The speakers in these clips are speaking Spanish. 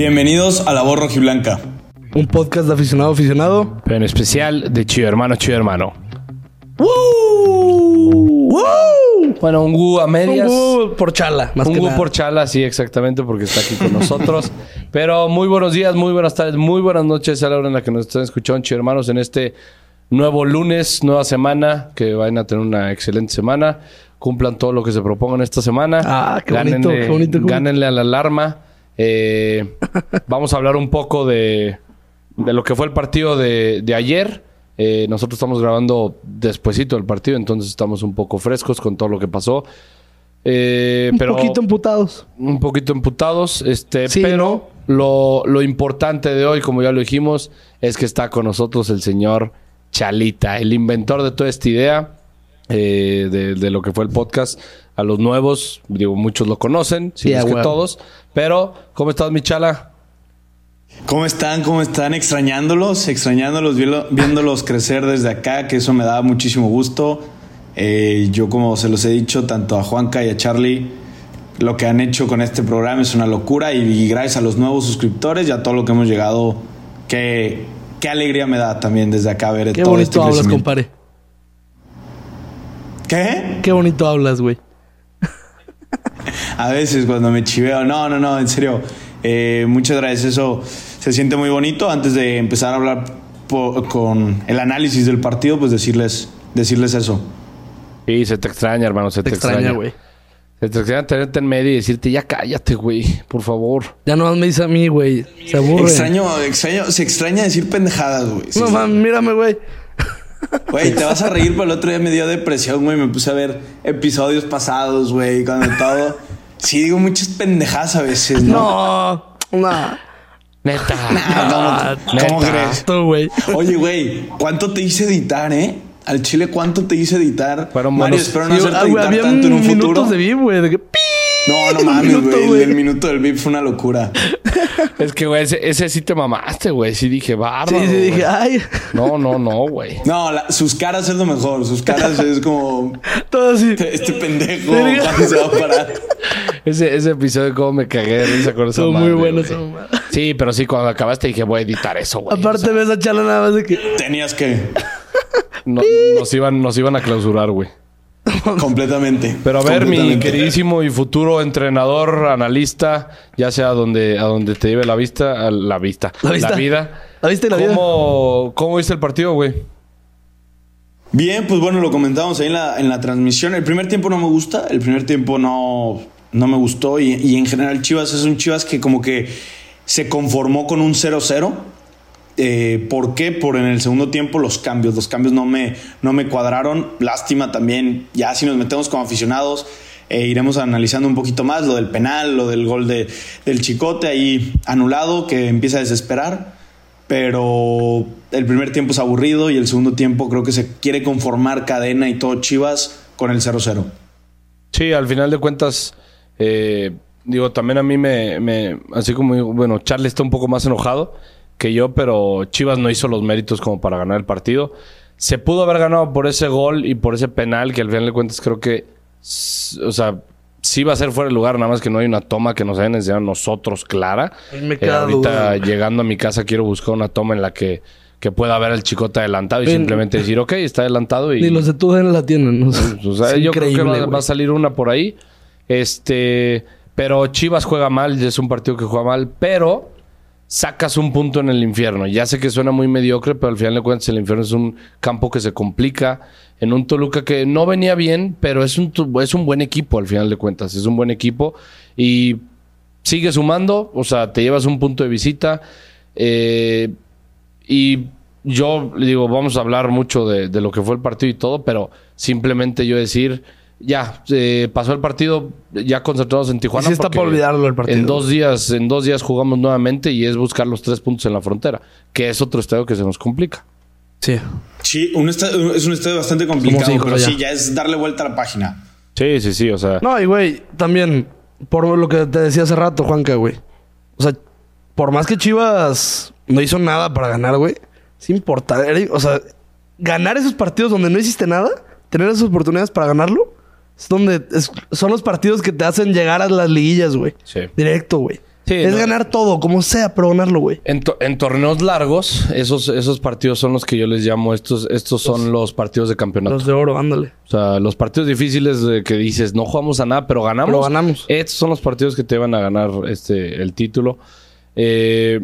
Bienvenidos a La Voz Rojiblanca. Un podcast de aficionado a aficionado. Pero en especial de Chido Hermano, Chido Hermano. Bueno, un gu a medias. Un gu por chala, más un que gu nada. por chala, sí, exactamente, porque está aquí con nosotros. Pero muy buenos días, muy buenas tardes, muy buenas noches a la hora en la que nos están escuchando, chido hermanos, en este nuevo lunes, nueva semana, que vayan a tener una excelente semana. Cumplan todo lo que se propongan esta semana. Ah, qué bonito, qué bonito, qué bonito. Gánenle a la alarma. Eh, vamos a hablar un poco de, de lo que fue el partido de, de ayer. Eh, nosotros estamos grabando despuesito del partido, entonces estamos un poco frescos con todo lo que pasó. Eh, un pero poquito emputados. un poquito emputados. Este, Sí, pero lo, lo importante de hoy, como ya lo dijimos, es que está con nosotros el señor Chalita, el inventor de toda esta idea eh, de, de lo que fue el podcast. A los nuevos, digo, muchos lo conocen, si Sí, no es a que huevo. todos. Pero, ¿cómo estás, mi chala? ¿Cómo están? ¿Cómo están? Extrañándolos, extrañándolos, viélo- viéndolos crecer desde acá, que eso me da muchísimo gusto. Eh, yo, como se los he dicho, tanto a Juanca y a Charlie, lo que han hecho con este programa es una locura y, y gracias a los nuevos suscriptores y a todo lo que hemos llegado, que, qué alegría me da también desde acá ver Qué todo bonito este hablas, crecimiento. compadre. ¿Qué? Qué bonito hablas, güey. A veces cuando me chiveo, no, no, no, en serio. Eh, muchas gracias, eso se siente muy bonito. Antes de empezar a hablar po- con el análisis del partido, pues decirles, decirles eso. Y se te extraña, hermano, se Te te, extraña, güey. Se te extraña tenerte en medio y decirte, ya cállate, güey, por favor. Ya nomás me dice a mí, güey. Se aburre. Extraño, extraño, se extraña decir pendejadas, güey. Se No, extraña. mames, mírame, güey. Güey, te vas a reír, pero el otro día me dio depresión, güey. Me puse a ver episodios pasados, güey, cuando todo. Sí, digo muchas pendejadas a veces, ¿no? No. No. Neta. Ah, ¿Cómo neta. crees? Tú, güey. Oye, güey, ¿cuánto te hice editar, eh? Al chile, ¿cuánto te hice editar? Fueron Mario, buenos- espero no Sí, hacerte ah, güey, editar había tanto en un futuro. minutos de VIP, güey. de que pi. No, no Un mames, minuto, güey. El- güey. El minuto del VIP fue una locura. Es que, güey, ese, ese sí te mamaste, güey. Sí dije, bárbaro. Sí, sí, güey". dije, "Ah". ay. No, no, no, güey. No, la- sus caras es lo mejor. Sus caras es como... Todo así. Este, este pendejo, Verga. ¿cuándo se va a parar? Ese, ese episodio, cómo me cagué de risa con esa Estuvo muy madre, bueno. güey. esa mamada. Sí, pero sí, cuando acabaste dije, voy a editar eso, güey. O Aparte, sea, ves a Chala nada más de que. Tenías que, no- nos, iban, nos iban a clausurar, güey. completamente. Pero a ver, mi Completamente. queridísimo y futuro entrenador, analista, ya sea donde, a donde te lleve la vista, a la vista, La vista. vida. La vista y la vida. ¿Cómo, ¿Cómo viste el partido, güey? Bien, pues bueno, lo comentábamos ahí en la, en la transmisión. El primer tiempo no me gusta, el primer tiempo no, no me gustó y, y en general Chivas es un Chivas que como que se conformó con un 0-0. Eh, ¿Por qué? Por en el segundo tiempo los cambios, los cambios no me, no me cuadraron. Lástima también, ya si nos metemos como aficionados, eh, iremos analizando un poquito más lo del penal, lo del gol de, del Chicote ahí anulado que empieza a desesperar pero el primer tiempo es aburrido y el segundo tiempo creo que se quiere conformar cadena y todo Chivas con el 0-0. Sí, al final de cuentas, eh, digo, también a mí me, me- así como, digo, bueno, Charlie está un poco más enojado que yo, pero Chivas no hizo los méritos como para ganar el partido. Se pudo haber ganado por ese gol y por ese penal que al final de cuentas creo que, s- o sea, sí va a ser fuera de lugar, nada más que no hay una toma que nos hayan enseñado nosotros clara. Me Eh, queda ahorita duda. llegando a mi casa quiero buscar una toma en la que, que pueda ver al chicote adelantado y Ven. simplemente decir, ok, está adelantado y... Ni los de tu en la tienen. ¿no? Pues, O sea, Es yo creo que increíble, va, güey. va a salir una por ahí. Este, pero Chivas juega mal, y es un partido que juega mal, pero sacas un punto en el infierno. Ya sé que suena muy mediocre, pero al final de cuentas el infierno es un campo que se complica. En un Toluca que no venía bien, pero es un, tu- es un buen equipo al final de cuentas. Es un buen equipo y sigue sumando, o sea, te llevas un punto de visita. Eh, y yo le digo, vamos a hablar mucho de, de lo que fue el partido y todo, pero simplemente yo decir, ya, eh, pasó el partido, ya concentrados en Tijuana. Y sí está porque para olvidarlo el partido. En dos días, en dos días jugamos nuevamente y es buscar los tres puntos en la frontera, que es otro estadio que se nos complica. Sí. Sí, un esta- es un estadio bastante complicado, Somos hijos pero allá. sí, ya es darle vuelta a la página. Sí, sí, sí, o sea. No, y güey, también, por lo que te decía hace rato, Juanca, güey. O sea, por más que Chivas no hizo nada para ganar, güey, es importante. O sea, ganar esos partidos donde no hiciste nada, tener esas oportunidades para ganarlo, es donde es- son los partidos que te hacen llegar a las liguillas, güey. Sí. Directo, güey. Sí, es no. ganar todo, como sea, pero ganarlo, güey. En, to- en torneos largos, esos, esos partidos son los que yo les llamo, estos, estos son los partidos de campeonato. Los de oro, ándale. O sea, los partidos difíciles de que dices, no jugamos a nada, pero ganamos. Pero ganamos. Estos son los partidos que te van a ganar este, el título. Eh,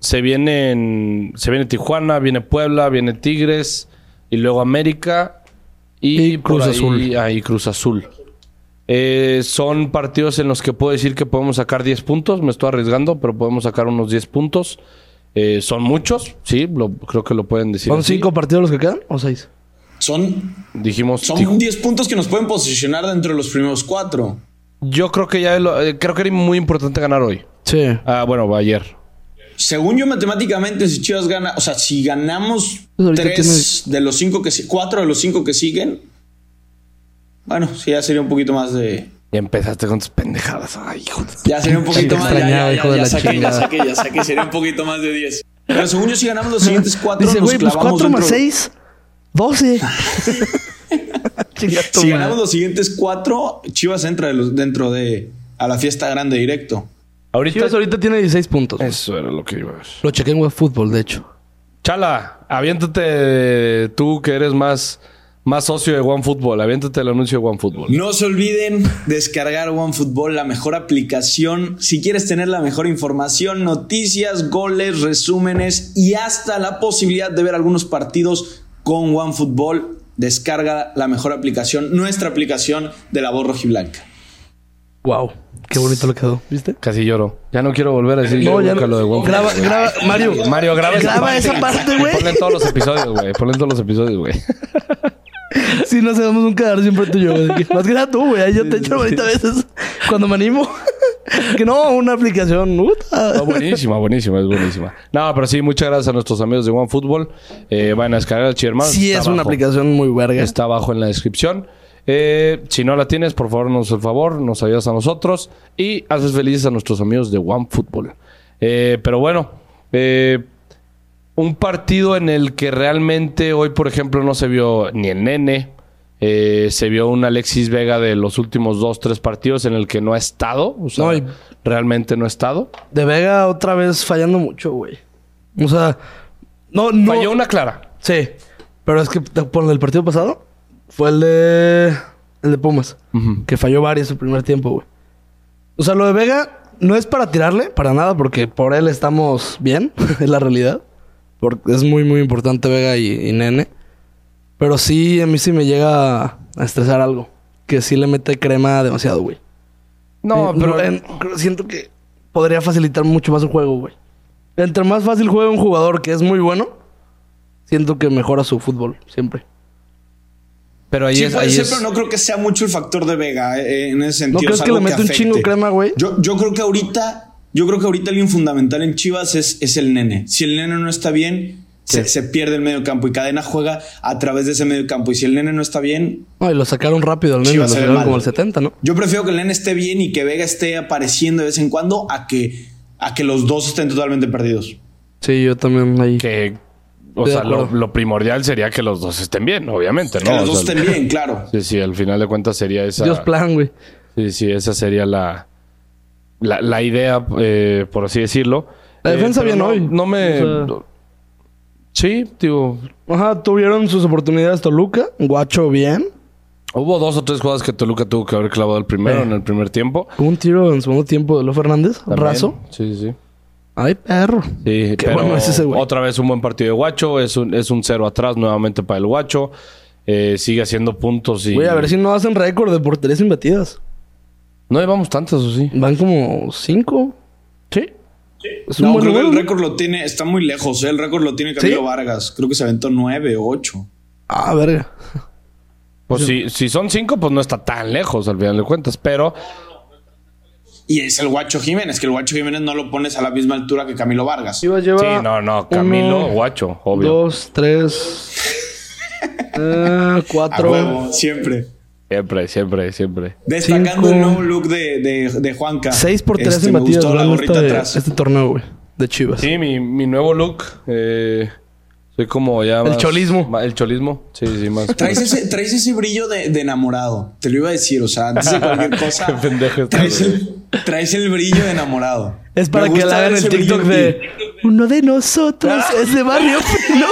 se, vienen, se viene Tijuana, viene Puebla, viene Tigres, y luego América y, Y Cruz por Azul. ah, y Cruz Azul. Eh, son partidos en los que puedo decir que podemos sacar 10 puntos. Me estoy arriesgando, pero podemos sacar unos 10 puntos. Eh, son muchos, sí, lo- creo que lo pueden decir. ¿Son así. cinco partidos los que quedan o seis? Son, Dijimos Tiju- son 10 puntos que nos pueden posicionar dentro de los primeros cuatro. Yo creo que ya lo- eh, creo que era muy importante ganar hoy. Sí. Ah, bueno, ayer. Según yo, matemáticamente, si Chivas gana, o sea, si ganamos Pues ahorita tres de los cinco que si- cuatro de los cinco que siguen, bueno, sí, ya sería un poquito más de. Ya empezaste con tus pendejadas. Ay, Ah, hijo de- Ya sería un poquito te más de. Ya, extrañaba, ya, hijo ya, de ya la saqué, ya chingada. saqué, ya saqué, sería un poquito más de 10. Pero según yo, si ganamos los siguientes cuatro, Dice, nos güey, pues clavamos cuatro más dentro- seis, doce. Chinga tu Si madre. ganamos los siguientes cuatro, Chivas entra de los- dentro de. a la fiesta grande directo. Ahorita Chivas ahorita tiene 16 puntos. güey. eso era lo que iba a ver. Lo chequé en web fútbol, de hecho. Chala, aviéntate tú que eres más más socio de OneFootball. Aviéntate el anuncio de OneFootball. No se olviden descargar OneFootball, la mejor aplicación. Si quieres tener la mejor información, noticias, goles, resúmenes y hasta la posibilidad de ver algunos partidos con OneFootball, descarga la mejor aplicación, nuestra aplicación de la voz rojiblanca. Wow. Qué bonito lo quedó. ¿Viste? Casi lloro. Ya no quiero volver a decir No, yo ya nunca no. lo de OneFootball. Graba, güey. graba, Mario. Mario, graba, Graba esa parte, güey. Ponle en todos los episodios, güey. Ponle en todos los episodios, güey. Si no hacemos un quedar siempre tuyo, güey. Más que nada tú, güey. Ahí Yo te echo bonita a veces cuando me animo. que no, una aplicación. puta. No, buenísima, buenísima, es buenísima. No, pero sí, muchas gracias a nuestros amigos de OneFootball. Eh, van a descargar el Chiermán. sí, es una aplicación muy verga. Está abajo en la descripción. Eh, si no la tienes, por favor, nos el favor, nos ayudas a nosotros y haces felices a nuestros amigos de OneFootball. Eh, pero bueno, eh, un partido en el que realmente hoy, por ejemplo, no se vio ni el nene. eh, se vio un Alexis Vega de los últimos dos, tres partidos en el que no ha estado. O sea, No, y- realmente no ha estado. De Vega otra vez fallando mucho, güey. O sea, no, no. Falló una clara. Sí. Pero es que te- por el del partido pasado fue el de. El de Pumas. Que falló varios el primer tiempo, güey. O sea, lo de Vega no es para tirarle, para nada, porque por él estamos bien, es la realidad. Porque es muy, muy importante Vega y, y Nene. Pero sí, a mí sí me llega a estresar algo. Que sí le mete crema demasiado, güey. No, Eh, pero. en- creo- siento que podría facilitar mucho más el juego, güey. Entre más fácil juega un jugador que es muy bueno, siento que mejora su fútbol siempre. Pero ahí Sí, es. puede ahí ser, es- pero no creo que sea mucho el factor de Vega eh, en ese sentido. crees es que algo le mete un afecte. chingo crema, güey? Yo, yo creo que ahorita, yo creo que ahorita alguien fundamental en Chivas es, es el nene. Si el nene no está bien, se, se pierde el medio campo y cadena juega a través de ese medio campo. Y si el nene no está bien, No, y lo sacaron rápido al menos. Chivas lo se ve sacaron mal. como el 70, ¿no? yo prefiero que el nene esté bien y que Vega esté apareciendo de vez en cuando a que, a que los dos estén totalmente perdidos. Sí, yo también ahí. que o Estoy sea, de lo, acuerdo. lo primordial sería que los dos estén bien, obviamente, que ¿no? los O dos sea, estén bien, claro. Sí, sí, al final de cuentas sería esa. Dios plan, güey. Sí, sí, esa sería la la, la idea, eh, por así decirlo. La Eh, defensa pero bien no- hoy. No me. O sea- Eh, sí, digo. Ajá, tuvieron sus oportunidades Toluca. Guacho bien. Hubo dos o tres jugadas que Toluca tuvo que haber clavado el primero Eh. en el primer tiempo. Hubo Un tiro en segundo tiempo de Lo Fernández. También. Razo. Sí, sí. Ay, perro. Sí, Qué pero bueno es ese güey. otra vez un buen partido de Guacho. Es un, es un cero atrás nuevamente para el Guacho. Eh, sigue haciendo puntos y. Güey, a ver si no hacen récord de porterías imbatidas. No llevamos tantos, ¿o sí? Van como cinco. Sí. Es un No, buen creo que el número, ¿no? récord lo tiene, está muy lejos. eh, El récord lo tiene Camilo ¿Sí? Vargas. Creo que se aventó nueve o ocho. Ah, verga. Pues si, si son cinco, pues no está tan lejos al final de cuentas. Pero Y es el Guacho Jiménez, que el Guacho Jiménez no lo pones a la misma altura que Camilo Vargas. Chivas lleva. sí, no, no, Camilo, uno, guacho, obvio. Dos, tres. eh, A cuatro. huevo, siempre. Siempre, siempre, siempre. Destacando Cinco. el nuevo look de, de, de Juanca. Seis porterías Este, Me imbatidas. gustó la ganó gorrita este, atrás. este torneo, güey. De Chivas. Sí, mi, mi nuevo look. eh, soy como ya. El más- cholismo. ma- el cholismo. Sí, sí, más. Traes ese, traes ese brillo de, de enamorado. Te lo iba a decir, o sea, antes de cualquier cosa. Qué pendejo está, traes güey. el- traes el brillo de enamorado. este Es para Me que gusta la hagan ver el ese TikTok brillo en de uno de nosotros es de barrio fino.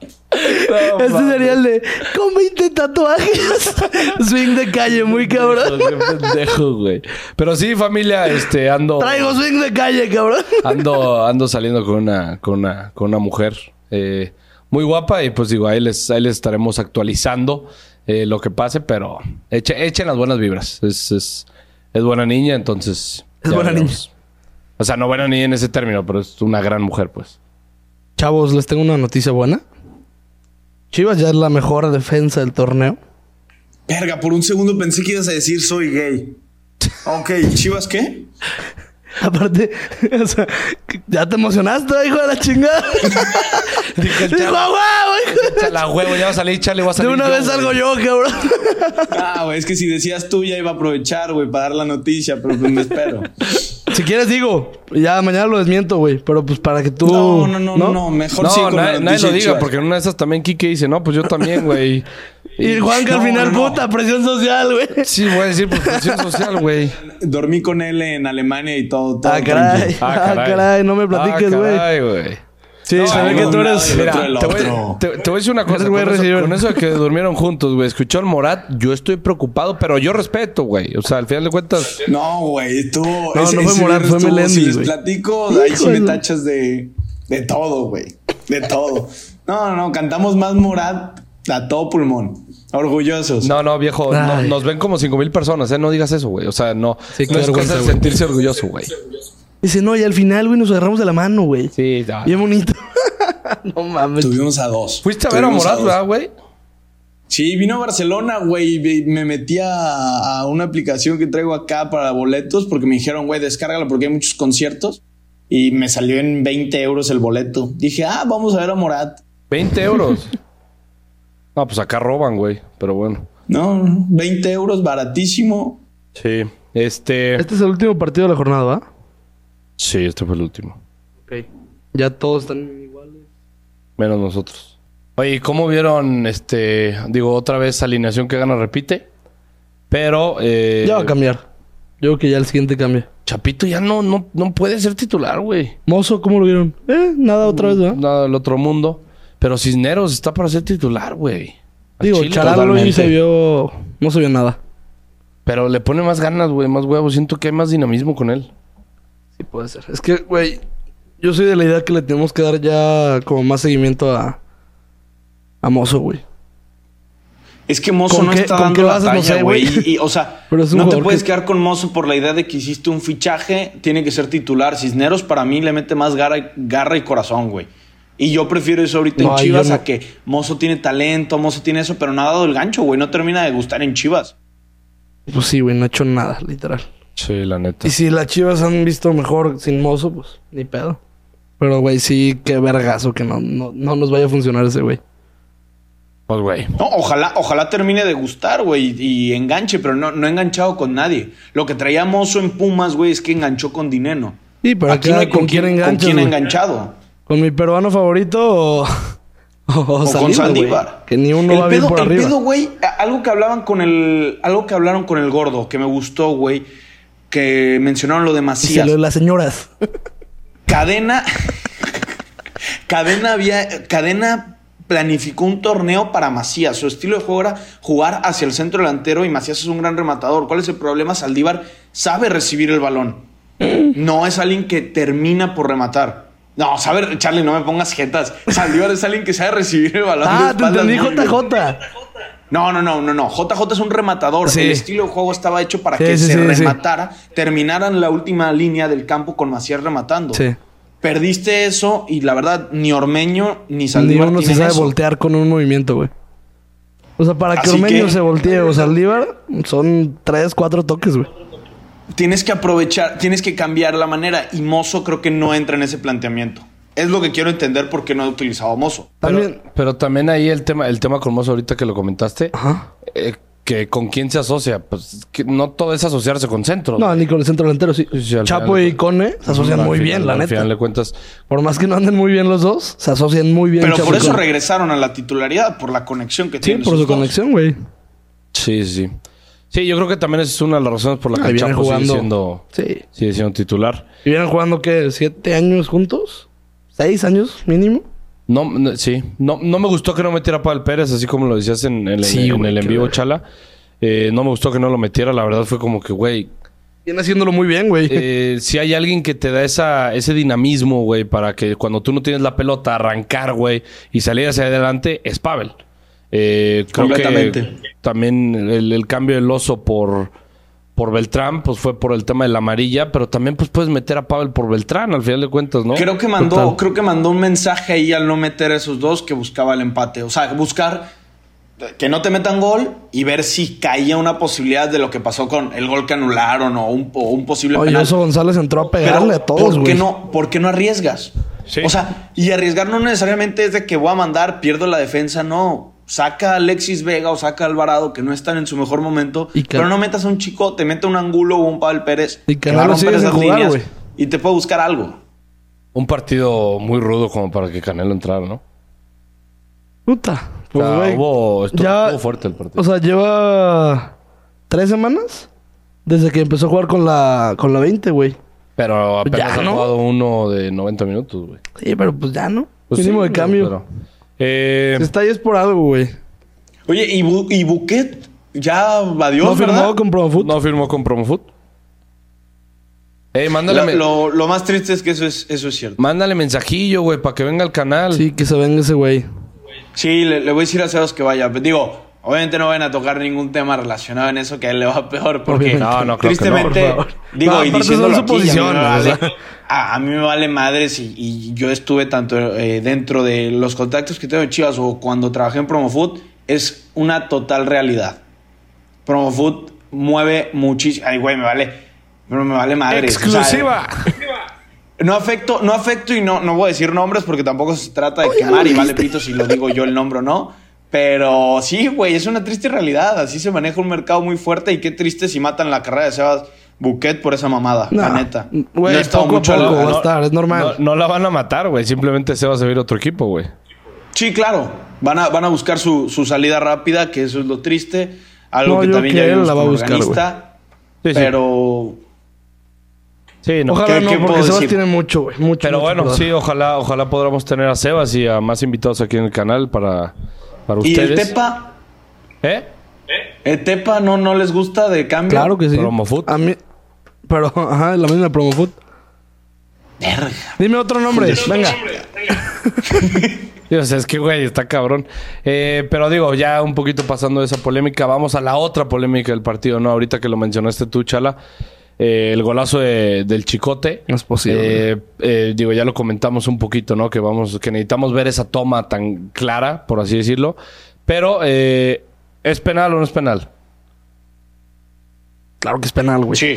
este sería el de con 20 tatuajes. Swing de calle, muy cabrón. Qué pendejo, güey. Pero sí, familia, este, ando. Traigo swing de calle, cabrón. Ando, ando saliendo con una, con una, con una mujer eh, muy guapa y pues digo, ahí les, ahí les estaremos actualizando eh, lo que pase, pero eche- echen las buenas vibras. Es, es, es buena niña, entonces... Es ya buena veremos. O sea, no buena niña en ese término, pero es una gran mujer, pues. Chavos, les tengo una noticia buena. Chivas ya es la mejor defensa del torneo. Verga, por un segundo pensé que ibas a decir soy gay. Ok, ¿Chivas qué? Aparte, o sea, ya te emocionaste, hijo de la chingada. Dije, Dijo, "A huevo, hijo de la La huevo, ya va a salir, chale, va a De salir. una yo, vez güey". salgo yo, cabrón. Ah, güey, es que si decías tú ya iba a aprovechar, güey, para dar la noticia, pero pues me espero. Si quieres digo, ya mañana lo desmiento, güey. Pero pues para que tú... No, no, no, no, no, mejor No, sí con nadie, la nadie noticia lo de diga, Chivas. porque en una de esas también Kike dice, no, pues yo también, güey. Y Juan que al No, final, no, no. puta, presión social, güey. Sí, voy a decir, pues, presión social, güey. Dormí con él en Alemania y todo, todo. Ah, caray. tranquilo. Ah, caray, no me platiques, güey. Ah, caray, güey. Sí, se ve no, que tú no, eres... no, Mira, otro, el te, voy, otro. te- te voy a decir una cosa. Eres Con buen eso, receiver. con eso de que durmieron juntos, güey. Escuchó al Morat, yo estoy preocupado, pero yo respeto, güey. O sea, al final de cuentas, No, güey, estuvo. No, no fue viernes Morán, fue estuvo- Melendi, Si les güey. platico, ahí sí me Híjole. tachas de, de todo, güey. De todo. No, no, no, cantamos más Morat a todo pulmón. Orgullosos. no, no, viejo, no- Ay. nos ven como cinco mil personas, ¿eh? No digas eso, güey. O sea, no. Sí, qué no es vergüenza, cosa de güey. sentirse orgulloso, güey. Dice, no, y al final, güey, nos agarramos de la mano, güey. Sí, no. Bien bonito. no mames. Tuvimos a dos. Fuiste a ver a Tuvimos Morat, dos. ¿verdad, güey? Sí, vino a Barcelona, güey. y Me metí a, a una aplicación que traigo acá para boletos porque me dijeron, güey, descárgala porque hay muchos conciertos. Y me salió en 20 euros el boleto. Dije, ah, vamos a ver a Morat. 20 euros. no, pues acá roban, güey. Pero bueno. No, 20 euros, baratísimo. Sí. Este. Este es el último partido de la jornada, ¿va? Sí, este fue el último. Ok. Ya todos están iguales. Menos nosotros. Oye, ¿y ¿cómo vieron este? Digo, otra vez alineación que gana repite. Pero eh, Ya va a cambiar. Yo creo que ya el siguiente cambia. Chapito ya no, no, no puede ser titular, güey. Mozo, ¿cómo lo vieron? Eh, nada otra vez, ¿verdad? Nada del otro mundo. Pero Cisneros está para ser titular, güey. Al Digo, chile. Charalo y totalmente. se vio... No se vio nada. Pero le pone más ganas, güey, más huevos. Siento que hay más dinamismo con él. Sí, puede ser. Es que, güey, yo soy de la idea que le tenemos que dar ya como más seguimiento a, a Mozo, güey. Es que Mozo ¿Con no qué- está con dando qué lo la haces? No talla, sé, güey. güey. Y- y, o sea, Pero es un no te jugador puedes que- quedar con Mozo por la idea de que hiciste un fichaje, tiene que ser titular. Cisneros para mí le mete más garra, y- garra y corazón, güey. Y yo prefiero eso ahorita No, en yo Chivas no. a que Mozo tiene talento, Mozo tiene eso, pero no ha dado el gancho, güey. No termina de gustar en Chivas. Pues sí, güey, no ha hecho nada, literal. Sí, la neta. Y si las chivas han visto mejor sin Mozo, pues ni pedo. Pero, güey, sí, qué vergazo que no, no, no nos vaya a funcionar ese, güey. Pues, güey. No, ojalá, ojalá termine de gustar, güey, y, y enganche, pero no, no ha enganchado con nadie. Lo que traía Mozo en Pumas, güey, es que enganchó con Dineno. Sí, pero Aquí aquí no hay con, quién con enganchas, quién güey? enganchado. ¿Con mi peruano favorito o, o, O con Saldívar, güey? Saldívar. Que ni uno el va pedo, bien por el arriba. pedo, güey, a- algo que hablaban con el algo que hablaron con el gordo que me gustó, güey, que mencionaron lo de Y se Macías. lo de las señoras. Cadena Cadena había Cadena planificó un torneo para Macías. Su estilo de juego era jugar hacia el centro delantero y Macías es un gran rematador. ¿Cuál es el problema? Saldívar sabe recibir el balón. No es alguien que termina por rematar. No, sabe, Charlie, no me pongas jetas. Saldívar es alguien que sabe recibir el balón. de ah, te espaldas entendí, muy bien. JJ. No, no, no, no, no. JJ es un rematador. Sí. El estilo de juego estaba hecho para Sí, que sí, se sí, sí. rematara, terminaran la última línea del campo con Macías rematando. Sí. Perdiste eso y la verdad, ni Ormeño ni Ni Saldívar uno se tienen sabe eso. voltear con un movimiento, güey. O sea, para que Así Ormeño que- se voltee o Saldívar, son tres, cuatro toques, güey. Tienes que aprovechar, tienes que cambiar la manera y Mozo creo que no entra en ese planteamiento. Es lo que quiero entender por qué no ha utilizado a Mozo. También. Pero, pero también ahí el tema, el tema con Mozo ahorita que lo comentaste, Ajá. eh, que con quién se asocia, pues que no todo es asociarse con centro. No, ni con el centro delantero, sí. Sí, sí, al Chapo final- y Cone se asocian Al muy final- bien, la al neta. final le cuentas. Por más que no anden muy bien los dos, se asocian muy bien. Pero Chapo por y eso Cone. regresaron a la titularidad, por la conexión que Sí, tienen. por esos su dos. conexión, güey. Sí, sí. Sí, yo creo que también esa es una de las razones por la Ah, que y el vienen Chapo sigue jugando. siendo, Sí. sigue siendo titular. ¿Y vienen jugando qué? ¿Siete años juntos? ¿Seis años mínimo? No, no, sí. No, no me gustó que no metiera a Pavel Pérez, así como lo decías en, el- Sí, en güey, el en qué vivo, verga. Chala. Eh, no me gustó que no lo metiera. La verdad fue como que, güey, Viene haciéndolo muy bien, güey. eh, si hay alguien que te da esa, ese dinamismo, güey, para que cuando tú no tienes la pelota, arrancar, güey, y salir hacia adelante, es Pavel. Eh, creo que Completamente. también el, el cambio del oso por, por Beltrán, pues fue por el tema de la amarilla, pero también pues puedes meter a Pavel por Beltrán, al final de cuentas, ¿no? Creo que mandó, Total. creo que mandó un mensaje ahí al no meter a esos dos que buscaba el empate. O sea, buscar que no te metan gol y ver si caía una posibilidad de lo que pasó con el gol que anularon o un, o un posible Oye, penal. Oso González entró a Pero, pegarle a todos, ¿por güey. qué no, ¿Por qué no arriesgas? Sí. O sea, y arriesgar no necesariamente es de que voy a mandar, pierdo la defensa, no. Saca a Alexis Vega o saca a Alvarado, que no están en su mejor momento. Y que- pero no metas a un chico, te mete un Angulo o un Pavel Pérez. Y que no lo sigues sin jugar, güey. y te puede buscar algo. Un partido muy rudo como para que Canelo entrara, ¿no? Puta. O Pues, sea, güey, hubo, estuvo, ya- estuvo fuerte el partido. O sea, lleva tres semanas desde que empezó a jugar con la, con la 20, güey. pero apenas ya, ha ¿no? jugado uno de 90 minutos, güey. Sí, pero pues ya no. Pues Mínimo de sí, güey, cambio. pero- Eh, Si Está ahí es por algo, güey. Oye, y, Bu- y Buquet ya adiós, No ¿verdad? firmó con Promofoot. no firmó con Promofoot. Eh, mándale, Lo- me- Lo, lo más triste es que eso es, eso es cierto. mándale mensajillo, güey, para que venga al canal. Sí, que se venga ese güey. Sí, le, le voy a decir a Sebas que vaya. Digo, obviamente no van a tocar ningún tema relacionado en eso, que a él le va peor. Porque Obviamente. No, no creo que no, por tristemente, favor. digo, No, y aparte son diciéndolo aquí, suposiciones, a, mí me o sea. vale, a- a mí me vale madres y, y yo estuve tanto eh, dentro de los contactos que tengo de Chivas o cuando trabajé en Promofood, es una total realidad. Promofood mueve muchísimo. Ay, güey, me vale. Pero me vale madres. o sea, Exclusiva. No afecto, no afecto y no, no voy a decir nombres porque tampoco se trata de Oye, quemar lo y vale dijiste. pito si lo digo yo el nombre o no. Pero sí, güey, es una triste realidad. Así se maneja un mercado muy fuerte y qué triste si matan la carrera de Sebas Buquet por esa mamada, la No, neta. güey, No he estado poco a al- poco, al- va a estar, es normal. No, no la van a matar, güey. Simplemente se va a servir otro equipo, güey. Sí, claro. Van a, van a buscar su, su salida rápida, que eso es lo triste. Algo No, que yo también que ya él vimos la va a con buscar, Organista, Sí, sí. Pero Sí, no. Ojalá ¿Qué- no, qué porque puedo Sebas decir? tiene mucho, güey. Mucho, Pero mucho bueno, por sí, dar. ojalá, ojalá podamos tener a Sebas y a más invitados aquí en el canal para, para y el ustedes. Tepa, ¿Eh? el Tepa no, no les gusta de cambio. Claro que sí. Promofoot. A mí... Pero, ajá, la misma Promofoot. Verga. Dime otro nombre, venga. Dios, es que, güey, está cabrón. Eh, pero digo, ya un poquito pasando de esa polémica, vamos a la otra polémica del partido, ¿no? Ahorita que lo mencionaste tú, Chala, eh, el golazo de- del Chicote. No es posible. Eh, eh, digo, ya lo comentamos un poquito, ¿no? Que, vamos, que necesitamos ver esa toma tan clara, por así decirlo. Pero, eh, ¿es penal o no es penal? Claro que es penal, güey. Sí.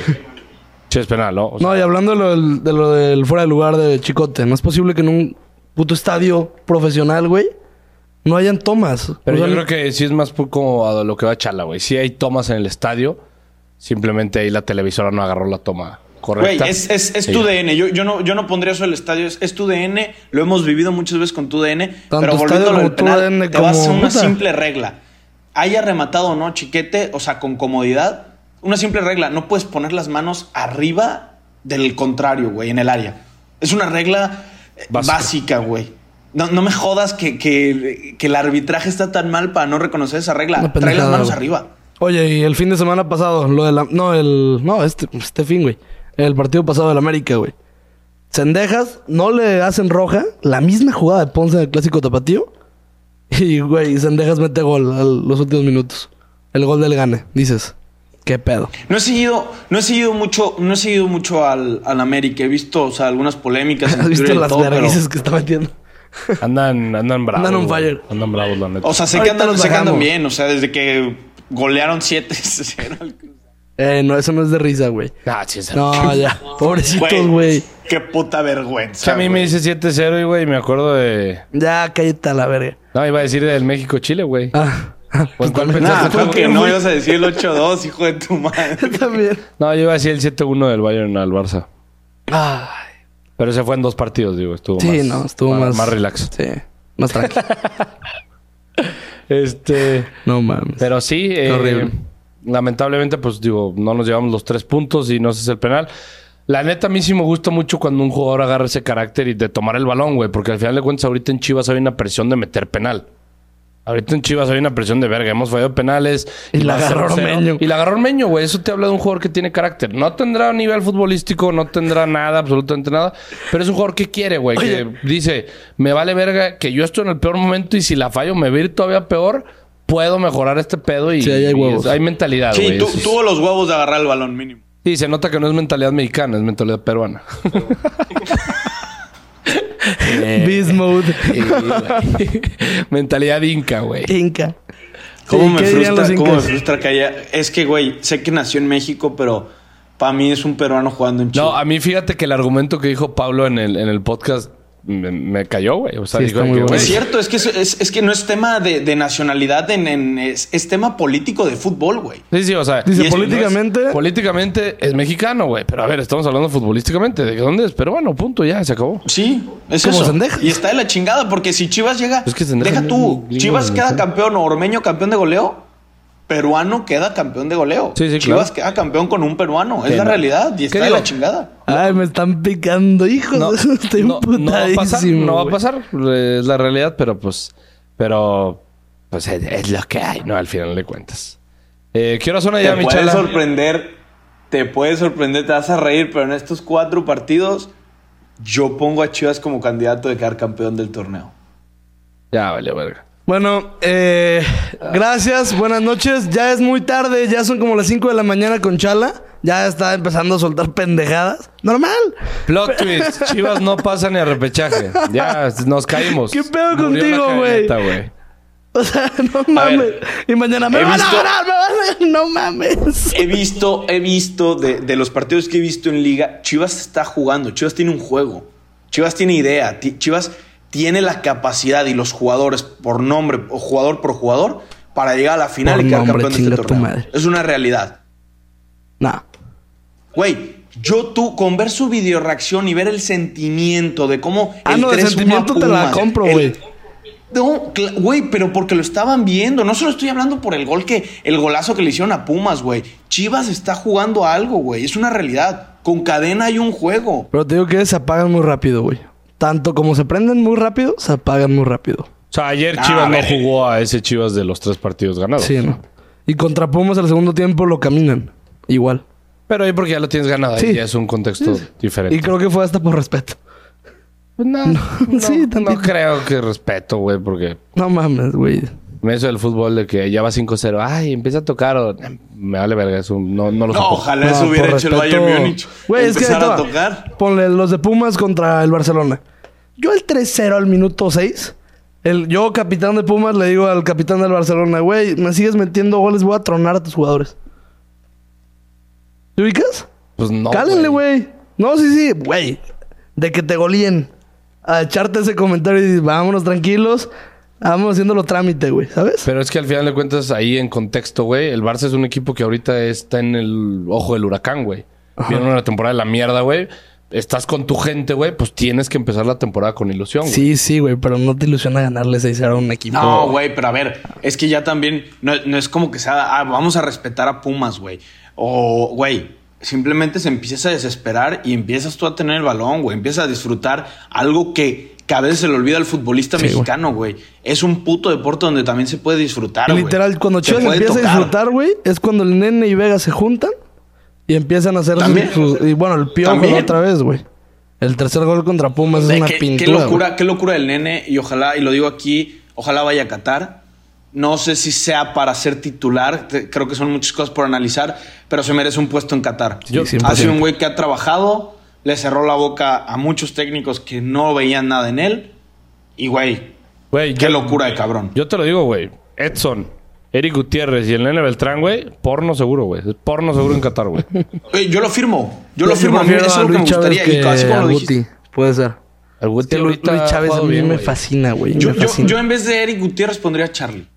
Sí, es penal, ¿no? O sea, No, y hablando de lo, del, de lo del fuera de lugar de Chicote, no es posible que en un puto estadio profesional, güey, no hayan tomas. Pero O sea, yo creo que sí es más pu- como a lo que va Chala, güey. Sí hay tomas en el estadio, simplemente ahí la televisora no agarró la toma Güey, correcta. es, es, es Sí. tu DN. Yo, yo, no, yo no pondría eso el estadio. Es, es tu DN. Lo hemos vivido muchas veces con tu DN. pero estadio volviendo como al tu penal, DN te vas a como- una puta. simple regla. Haya rematado o no, chiquete, o sea, con comodidad. Una simple regla. No puedes poner las manos arriba del contrario, güey, en el área. Es una regla eh, Básica. básica, güey. No, no me jodas que, que, que el arbitraje está tan mal para no reconocer esa regla. Una Trae las pendejada, manos güey. arriba. Oye, y el fin de semana pasado, lo de la... No, el... No, este, este fin, güey. El partido pasado del América, güey. Cendejas, no le hacen roja. La misma jugada de Ponce del Clásico Tapatío. Y, güey, Cendejas mete gol a los últimos minutos. El gol del Gane, dices. Qué pedo. No he seguido, no he seguido mucho, no he seguido mucho al, al América. He visto, o sea, algunas polémicas. en ¿Has visto Twitter y las todo, pero- verguices que está metiendo? Andan, andan bravos. Andan on güey. fire. Andan bravos, la neta. O sea, sé que Ahorita andan, los sé que andan bajamos. bien. O sea, desde que golearon 7-0. al Cruz. Eh, no, eso no es de risa, güey. Ah, sí, es- No, ya. Pobrecitos, Güey, güey. qué puta vergüenza. Es que a mí me güey. dice 7-0 y, güey, me acuerdo de... Ya, cállate a la verga. No, iba a decir del México-Chile, güey. Ah, ah, Pues, ¿cuál también. Nah, pensaste creo tú? que no ibas a decir el 8-2, hijo de tu madre. también. No, yo iba a decir el 7-1 del Bayern al Barça. Ay, Pero ese fue en dos partidos, digo. Estuvo sí, más... no, estuvo más. Más relax. Sí, más tranquilo. Este... no mames. Pero sí... eh, horrible. lamentablemente, pues digo, no nos llevamos los tres puntos y no se hace el penal. La neta, a mí sí me gusta mucho cuando un jugador agarra ese carácter y de tomar el balón, güey, porque al final de cuentas, ahorita en Chivas hay una presión de meter penal. Ahorita en Chivas hay una presión de verga. Hemos fallado penales. Y la va a ser agarró cero. Ormeño. Y la agarró Ormeño, güey. Eso te habla de un jugador que tiene carácter. No tendrá nivel futbolístico, no tendrá nada, absolutamente nada. Pero es un jugador que quiere, güey. Que dice, me vale verga que yo estoy en el peor momento y si la fallo me va a ir todavía peor. Puedo mejorar este pedo y, Sí, ahí hay y huevos. es- hay mentalidad, Sí, güey. tú- Eso es- tuvo los huevos de agarrar el balón mínimo. y se nota que no es mentalidad mexicana, es mentalidad peruana. Beast Mode. mentalidad inca, güey. Inca. ¿Cómo, ¿Y me qué dirían frustra, los cómo me incas? frustra que haya... Es que, güey, sé que nació en México, pero para mí es un peruano jugando en Chile. No, a mí fíjate que el argumento que dijo Pablo en el, en el podcast me, me cayó, güey. O sea, Sí, dijo está que, muy bueno. güey, es cierto, es que, es, es- es que no es tema de, de nacionalidad, en, en- es, es tema político de fútbol, güey. Sí, sí, o sea, Y Dice eso no es políticamente. políticamente es mexicano, güey. Pero a ver, estamos hablando futbolísticamente. ¿De dónde es peruano? Punto, ya, se acabó. Sí, es Como eso. Zendejas. Y está de la chingada, porque si Chivas llega... Es que Zendejas deja no tú, es gringo, Chivas güey, queda sí. campeón, Ormeño campeón de goleo, peruano queda campeón de goleo. Sí, sí, Chivas claro. queda campeón con un peruano, es Que la no. realidad, y ¿Qué está de digo? la chingada. Ay, me están picando, hijos. Estoy no, no va a pasar, emputadísimo. no va a güey. pasar. Es la realidad, pero pues, pero, pues es, es lo que hay, ¿no? Al final de cuentas. Eh, ¿Qué hora suena ya, Te mi puede chala? sorprender, te puede sorprender, te vas a reír, pero en estos cuatro partidos yo pongo a Chivas como candidato de quedar campeón del torneo. Ya, vale, verga. Bueno, eh, gracias, buenas noches. Ya es muy tarde, ya son como las 5 de la mañana con Chala. Ya está empezando a soltar pendejadas. Normal. Plot twist. Chivas no pasa ni a repechaje. Ya, nos caímos. ¿Qué pedo Murió contigo, la güey? careta, güey? O sea, no mames. ver, Y mañana me he van visto- a ganar, me van a ganar. No Eh, mames. He visto, he visto de, de los partidos que he visto en liga, Chivas está jugando, Chivas tiene un juego, Chivas tiene idea, Ti- Chivas tiene la capacidad y los jugadores por nombre o jugador por jugador para llegar a la final Por y quedar nombre, campeón de chinga este tu torneo. madre. Es una realidad. No. Güey, yo tú, con ver su video reacción y ver el sentimiento de cómo. Ah, el no, de 3-1 a sentimiento te la Pumas, compro, el- güey. No, cla- güey, pero porque lo estaban viendo. No solo estoy hablando por el gol que. El golazo que le hicieron a Pumas, güey. Chivas está jugando a algo, güey. Es una realidad. Con cadena hay un juego. Pero te digo que se apagan muy rápido, güey. Tanto como se prenden muy rápido, se apagan muy rápido. O sea, ayer Ah, Chivas a no ver. jugó a ese Chivas de los tres partidos ganados. Sí, ¿no? Y contra Pumas al segundo tiempo lo caminan. Igual. Pero ahí porque ya lo tienes ganado. ahí Sí. ya es un contexto diferente. Y creo que fue hasta por respeto. Pues No, no, sí, no tantito. creo que respeto, güey, porque No mames, güey. me hizo el fútbol de que ya va 5-0. Ay, empieza a tocar. o- me vale verga eso. No, no No, lo soporto. ojalá eso No, hubiera por hecho el respeto- Bayern Múnich. Güey, es que Empezar ahí a te va. tocar. Ponle los de Pumas contra el Barcelona. Yo el 3-0 al minuto 6. El, yo, capitán de Pumas, le digo al capitán del Barcelona, güey, me sigues metiendo goles, voy a tronar a tus jugadores. ¿Te ubicas? Pues no. Cálenle, güey. No, sí, sí, güey. De que te golíen. A echarte ese comentario y dices, vámonos tranquilos. Vamos haciéndolo trámite, güey, ¿sabes? Pero es que al final de cuentas, ahí en contexto, güey, el Barça es un equipo que ahorita está en el ojo del huracán, güey. Viene una temporada de la mierda, güey. Estás con tu gente, güey, pues tienes que empezar la temporada con ilusión, güey. Sí, sí, güey, pero no te ilusiona ganarle 6-0 a un equipo. No, güey, pero a ver, es que ya también no, no es como que sea, ah, vamos a respetar a Pumas, güey. O, güey, simplemente se empieza a desesperar y empiezas tú a tener el balón, güey. Empiezas a disfrutar algo que, que a veces se le olvida al futbolista Sí, güey. mexicano, güey. Es un puto deporte donde también se puede disfrutar, güey. Literal, cuando Se Chivas puede empieza a tocar. disfrutar, güey, es cuando el nene y Vega se juntan y empiezan a hacer sus- También. sus- Y bueno, el piojo También. la otra vez, güey. El tercer gol contra Pumas De es una qué, qué pintura. locura, qué locura el nene. Y ojalá, y lo digo aquí, ojalá vaya a Qatar. No sé si sea para ser titular. te- Creo que son muchas cosas por analizar, pero se merece un puesto en Qatar. Yo- ha sido 100%. un güey que ha trabajado, le cerró la boca a muchos técnicos que no veían nada en él. Y güey, Güey, qué yo- locura de cabrón. Yo te lo digo, güey. Edson, Eric Gutiérrez y el Nene Beltrán, güey. Porno seguro, güey. Es Porno seguro en Qatar, güey. Güey, yo lo firmo. Yo, lo sí firmo. A mí prefiero es a algo que me Luis Chávez gustaría. y que casi como a lo Guti. dijiste. Puede ser. El Guti Que Lu- Luis ahorita Chávez ha a jugado mí bien, me güey. fascina, güey. Yo, Me yo- fascina. yo en vez de Eric Gutiérrez pondría a Charlie.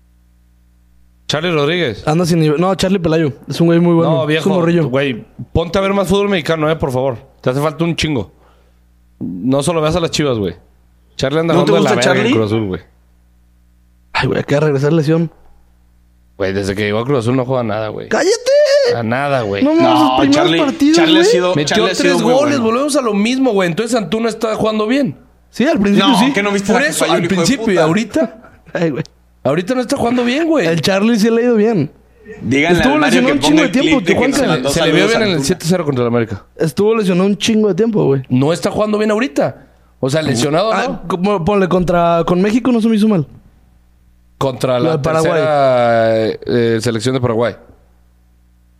Charlie Rodríguez. Ah, Anda sin nivel. No, Charlie Pelayo. Es un güey muy bueno. no, Es un viejo. morrillo. Güey, ponte a ver más fútbol mexicano, eh, por favor. Te hace falta un chingo. No solo veas a las chivas, güey. Charlie anda ¿No te jugando de la gusta verga Charlie? en Cruz Azul, güey. Ay, güey, acaba de regresar lesión. Güey, desde que llegó a Cruz Azul no juega nada, güey. ¡Cállate! A nada, güey. No, mames, No, los primeros Charlie- partidos, Charlie ha güey. sido- Metió Charlie ha sido tres muy goles, bueno. volvemos a lo mismo, güey. Entonces Antuna está jugando bien. Sí, al principio No, sí. que no viste Por la que eso, falló el al hijo de principio, y puta? ahorita. Ay, güey. Ahorita no está jugando bien, güey. El Charlie sí le ha ido bien. Díganle Estuvo al Mario lesionado que un ponga chingo el de tiempo, clip de que Juan, nos que mandó se le vio saludos bien a en el Antuna. 7-0 contra el América. Estuvo lesionado un chingo de tiempo, güey. No está jugando bien ahorita. O sea, lesionado, ¿no? Ah, como- ponle contra con México no se me hizo mal. Contra la de Paraguay. tercera eh, selección de Paraguay.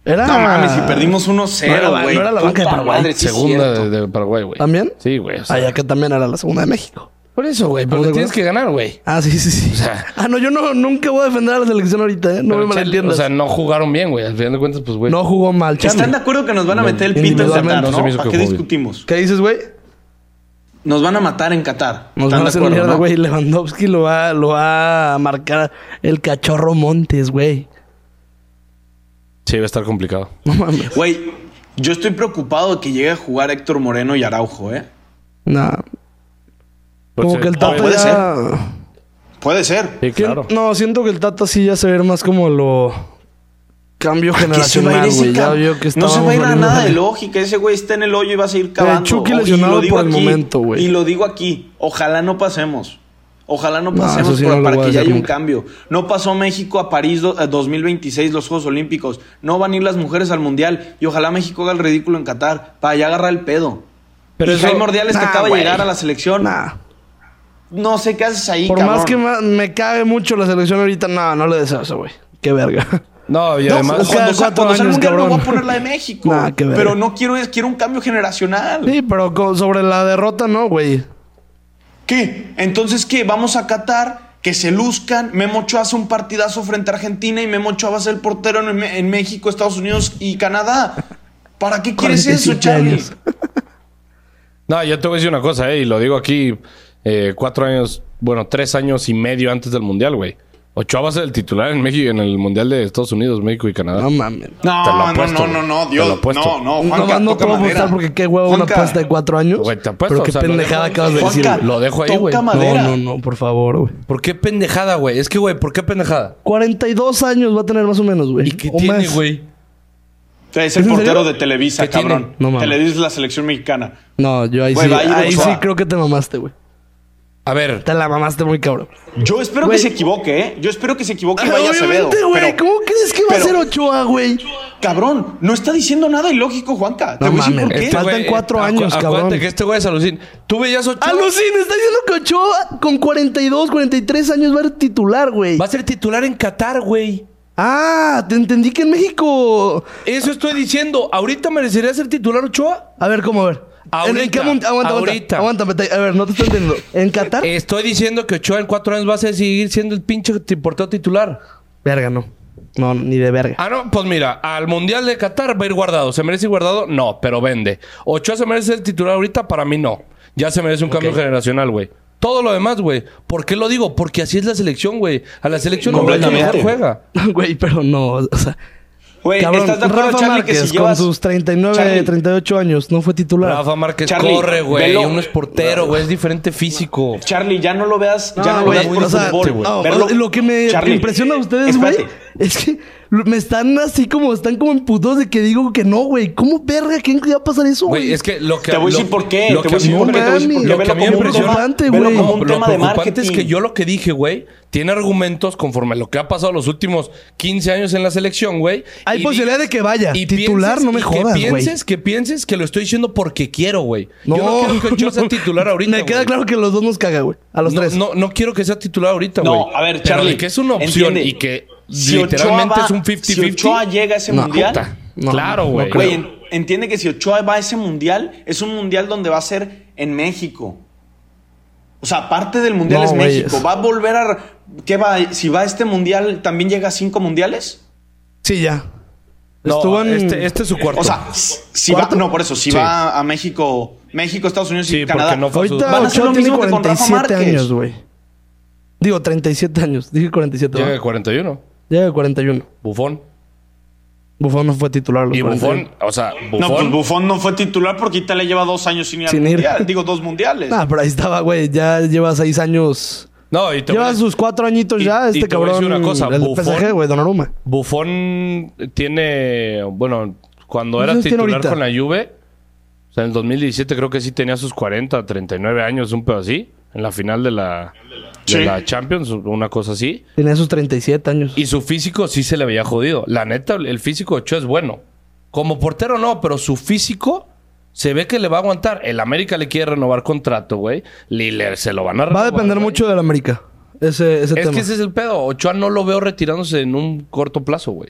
Era No mames, si perdimos 1-0, No era güey. ba- no era la Puta banca de Paraguay. madre, sí es Segunda cierto. de, de Paraguay, güey. ¿También? Sí, güey. o sea, Allá que también era la segunda de México. por eso, güey. Pero ¿Estamos de le tienes que acuerdo? ganar, güey. Ah, sí, sí, sí. sea- ah, no, yo no, nunca voy a defender a la selección ahorita, ¿eh? No Pero me Charlie, malentiendas. O sea, no jugaron bien, güey. Al final de cuentas, pues, güey. no jugó mal, Charlie. Están de acuerdo que nos van a meter el pito en individualmente Qatar, no se me hizo ¿no? ¿Para que qué jugó bien. discutimos? ¿Qué dices, güey? Nos van a matar en Qatar. Nos ¿Están van a de hacer acuerdo, mierda, no? güey. Lewandowski lo va, lo va a marcar el cachorro Montes, güey. Sí, va a estar complicado. No mames. Güey, yo estoy preocupado de que llegue a jugar Héctor Moreno y Araujo, ¿eh? No. Pues, Como eh, que el Ah, Tata puede ya... Puede ser. Sí, claro. No, siento que el Tata sí ya se ve más como lo... Cambio Que se va a ir generacional, ese güey. Ya cab- vio que no se va a ir a estábamos nada de valiendo- lógica. Ese güey está en el hoyo y va a seguir cavando. Chucky Y lo lesionado digo por el momento, güey. Y lo digo aquí. Ojalá no pasemos. Ojalá no No, pasemos eso sí por- no lo para voy a que ya hacer haya un nunca. cambio. No pasó México a París do- eh, 2026, los Juegos Olímpicos. No van a ir las mujeres al Mundial. Y ojalá México haga el ridículo en Qatar para ya agarrar el pedo. Pero Pero y eso- Jaime Ordiales que Nah, acaba güey. de llegar a la selección. Nah. No sé qué haces ahí, Por cabrón. más que ma- me cague mucho la selección ahorita, no, no le deseo eso, güey. Qué verga. No, y No, además. es que- cuando, cada cuatro cuando salga años, un mundial no cabrón. voy a poner la de México. Nah, qué verga. pero no quiero es- quiero un cambio generacional. Sí, pero con- sobre la derrota, no, güey. ¿Qué? Entonces, ¿qué? Vamos a Qatar, que se luzcan. Memo Ochoa hace un partidazo frente a Argentina y Memo Ochoa va a ser el portero en, Me- en México, Estados Unidos y Canadá. ¿Para qué quieres eso, 47 Charlie? años. No, yo te voy a decir una cosa, eh, y lo digo aquí eh, cuatro años, bueno, tres años y medio antes del Mundial, güey. Ochoa va a ser el titular en México, en el Mundial de Estados Unidos, México y Canadá. No mames. Te lo No, no, apuesto, no, no, güey. no, Te lo Dios. apuesto. No, no, No, Juanca, no, no toca te voy a madera. apostar porque qué huevo una Juanca, apuesta de cuatro años. Güey, te apuesto, pero qué o sea, lo pendejada dejo- acabas de decir, Juanca, güey. Lo dejo ahí, güey. toca No, madera. No, no, no, por favor, güey. ¿Por qué pendejada, güey? Es que, güey, ¿por qué pendejada? 42 años va a tener más o menos, güey. ¿Y qué O tiene, más. güey? Es el ¿Es en portero serio? de Televisa, ¿Qué tiene? cabrón. No mames. Televisa es la selección mexicana. No, yo ahí Güey, sí, va a ir ahí Ochoa. sí creo que te mamaste, güey. A ver, Te la mamaste muy cabrón. Yo espero Güey. que se equivoque, ¿eh? Yo espero que se equivoque y vaya Acevedo. Obviamente, güey. pero- ¿Cómo crees que va a pero- ser Ochoa, güey? Cabrón, no está diciendo nada ilógico, Juanca. Te No voy a decir mames, por qué. este Faltan güey, cuatro acu- años, acuérdate cabrón. que este güey es alucín. Tú veías a Ochoa. Alucina, está diciendo que Ochoa con 42, 43 años va a ser titular, güey. Va a ser titular en Qatar, güey. Ah, te entendí que en México. Eso estoy diciendo. ¿Ahorita merecería ser titular Ochoa? A ver, ¿cómo? A ver. Ahorita, ¿En qué mun- aguanta, aguanta. ahorita. Aguanta, Petey. A ver, no te estoy entendiendo. ¿En Qatar? Estoy diciendo que Ochoa en cuatro años va a ser- seguir siendo el pinche ti- portero titular. Verga, no. No, ni de verga. Ah, no, pues mira, al Mundial de Qatar va a ir guardado. ¿Se merece ir guardado? No, pero vende. Ochoa se merece el titular ahorita, para mí no. Ya se merece un cambio generacional, güey. Todo lo demás, güey. ¿Por qué lo digo? Porque así es la selección, güey. A la selección no que mejor Completamente. juega. Güey, pero no. O sea, Güey, cabrón. Eh, ¿estás de acuerdo, Rafa Charlie, que Márquez si con llevas- sus 39, Charlie, 38 años no fue titular. Rafa Márquez Charlie, corre, güey. velo. Uno es portero, güey. Es diferente físico. Charlie, ya no lo veas, ya no lo güey, veas por o sea, fútbol. no, Verlo- lo que me Charlie, impresiona a ustedes, güey, espérate. es que lo- me están así como, están como emputados de que digo que no, güey. ¿Cómo verga? ¿Quién va a pasar eso, Güey, güey? es que lo que. Te voy a decir lo- por qué, lo te que voy a decir mí por qué, me- te voy a decir por qué. Lo que a Velo como un mí me tema- impresiona. velo güey. como un Lo tema de preocupante es marketing. que yo lo que dije, güey, tiene argumentos conforme a lo que ha pasado los últimos 15 años en la selección, güey. Hay Y posibilidad di- de que vaya. y Titular, pienses- no me y jodas, Que güey. pienses, que pienses que lo estoy diciendo porque quiero, güey. No, Yo no quiero que Ochoa sea no. titular ahorita. Me queda güey. claro que los dos nos caga, güey. A los no, tres. No, no quiero que sea titular ahorita, güey. No, a ver, Pero Charlie. de que es una opción entiende. y que Si Ochoa literalmente va- es un 50-50. Si Ochoa llega a ese No, mundial, puta. No, claro, no güey. creo. güey, en- entiende que si Ochoa va a ese mundial, es un mundial donde va a ser en México. O sea, parte del mundial No, es güey, México. es- Va a volver a. ¿Qué va? Si va a este mundial, ¿también llega a cinco mundiales? Sí, ya. No, Estuvo en... este, este es su cuarto. O sea, si ¿Cuarto? va. No, por eso, si Sí. va a México, México, Estados Unidos Sí, y porque Canadá. no fue- Ahorita Van a hacer Ochoa lo tiene mismo que con Rafa 47 Márquez. años, güey. Digo, 37 años. Dije 47, llega ¿no? de 41. Llega de 41. Bufón. Bufón no fue titular. a los Y 41. Bufón, o sea, Bufón. No, pues Bufón no fue titular porque Italia lleva dos años sin ir al Sin ir. mundial. Digo, dos mundiales. Ah, pero ahí estaba, güey. Ya lleva seis años No, y te voy a- Lleva sus cuatro añitos y- ya, y este te voy a cabrón. decir una cosa, el Buffon- PSG, güey, Donnarumma. Buffon tiene, bueno, cuando ¿Cuántos era años tiene titular ahorita? con la Juve, o sea, en el 2017 creo que sí tenía sus 40, 39 años, un pedo así, en la final de la, Sí. de la Champions, una cosa así. Tiene esos 37 años. Y su físico sí se le veía jodido. La neta, el físico de Ochoa es bueno. Como portero no, pero su físico se ve que le va a aguantar. El América le quiere renovar contrato, güey. Liller se lo van a Va renovar. a depender güey. mucho del América. Ese, ese Es este tema. que ese es el pedo. Ochoa no lo veo retirándose en un corto plazo, güey.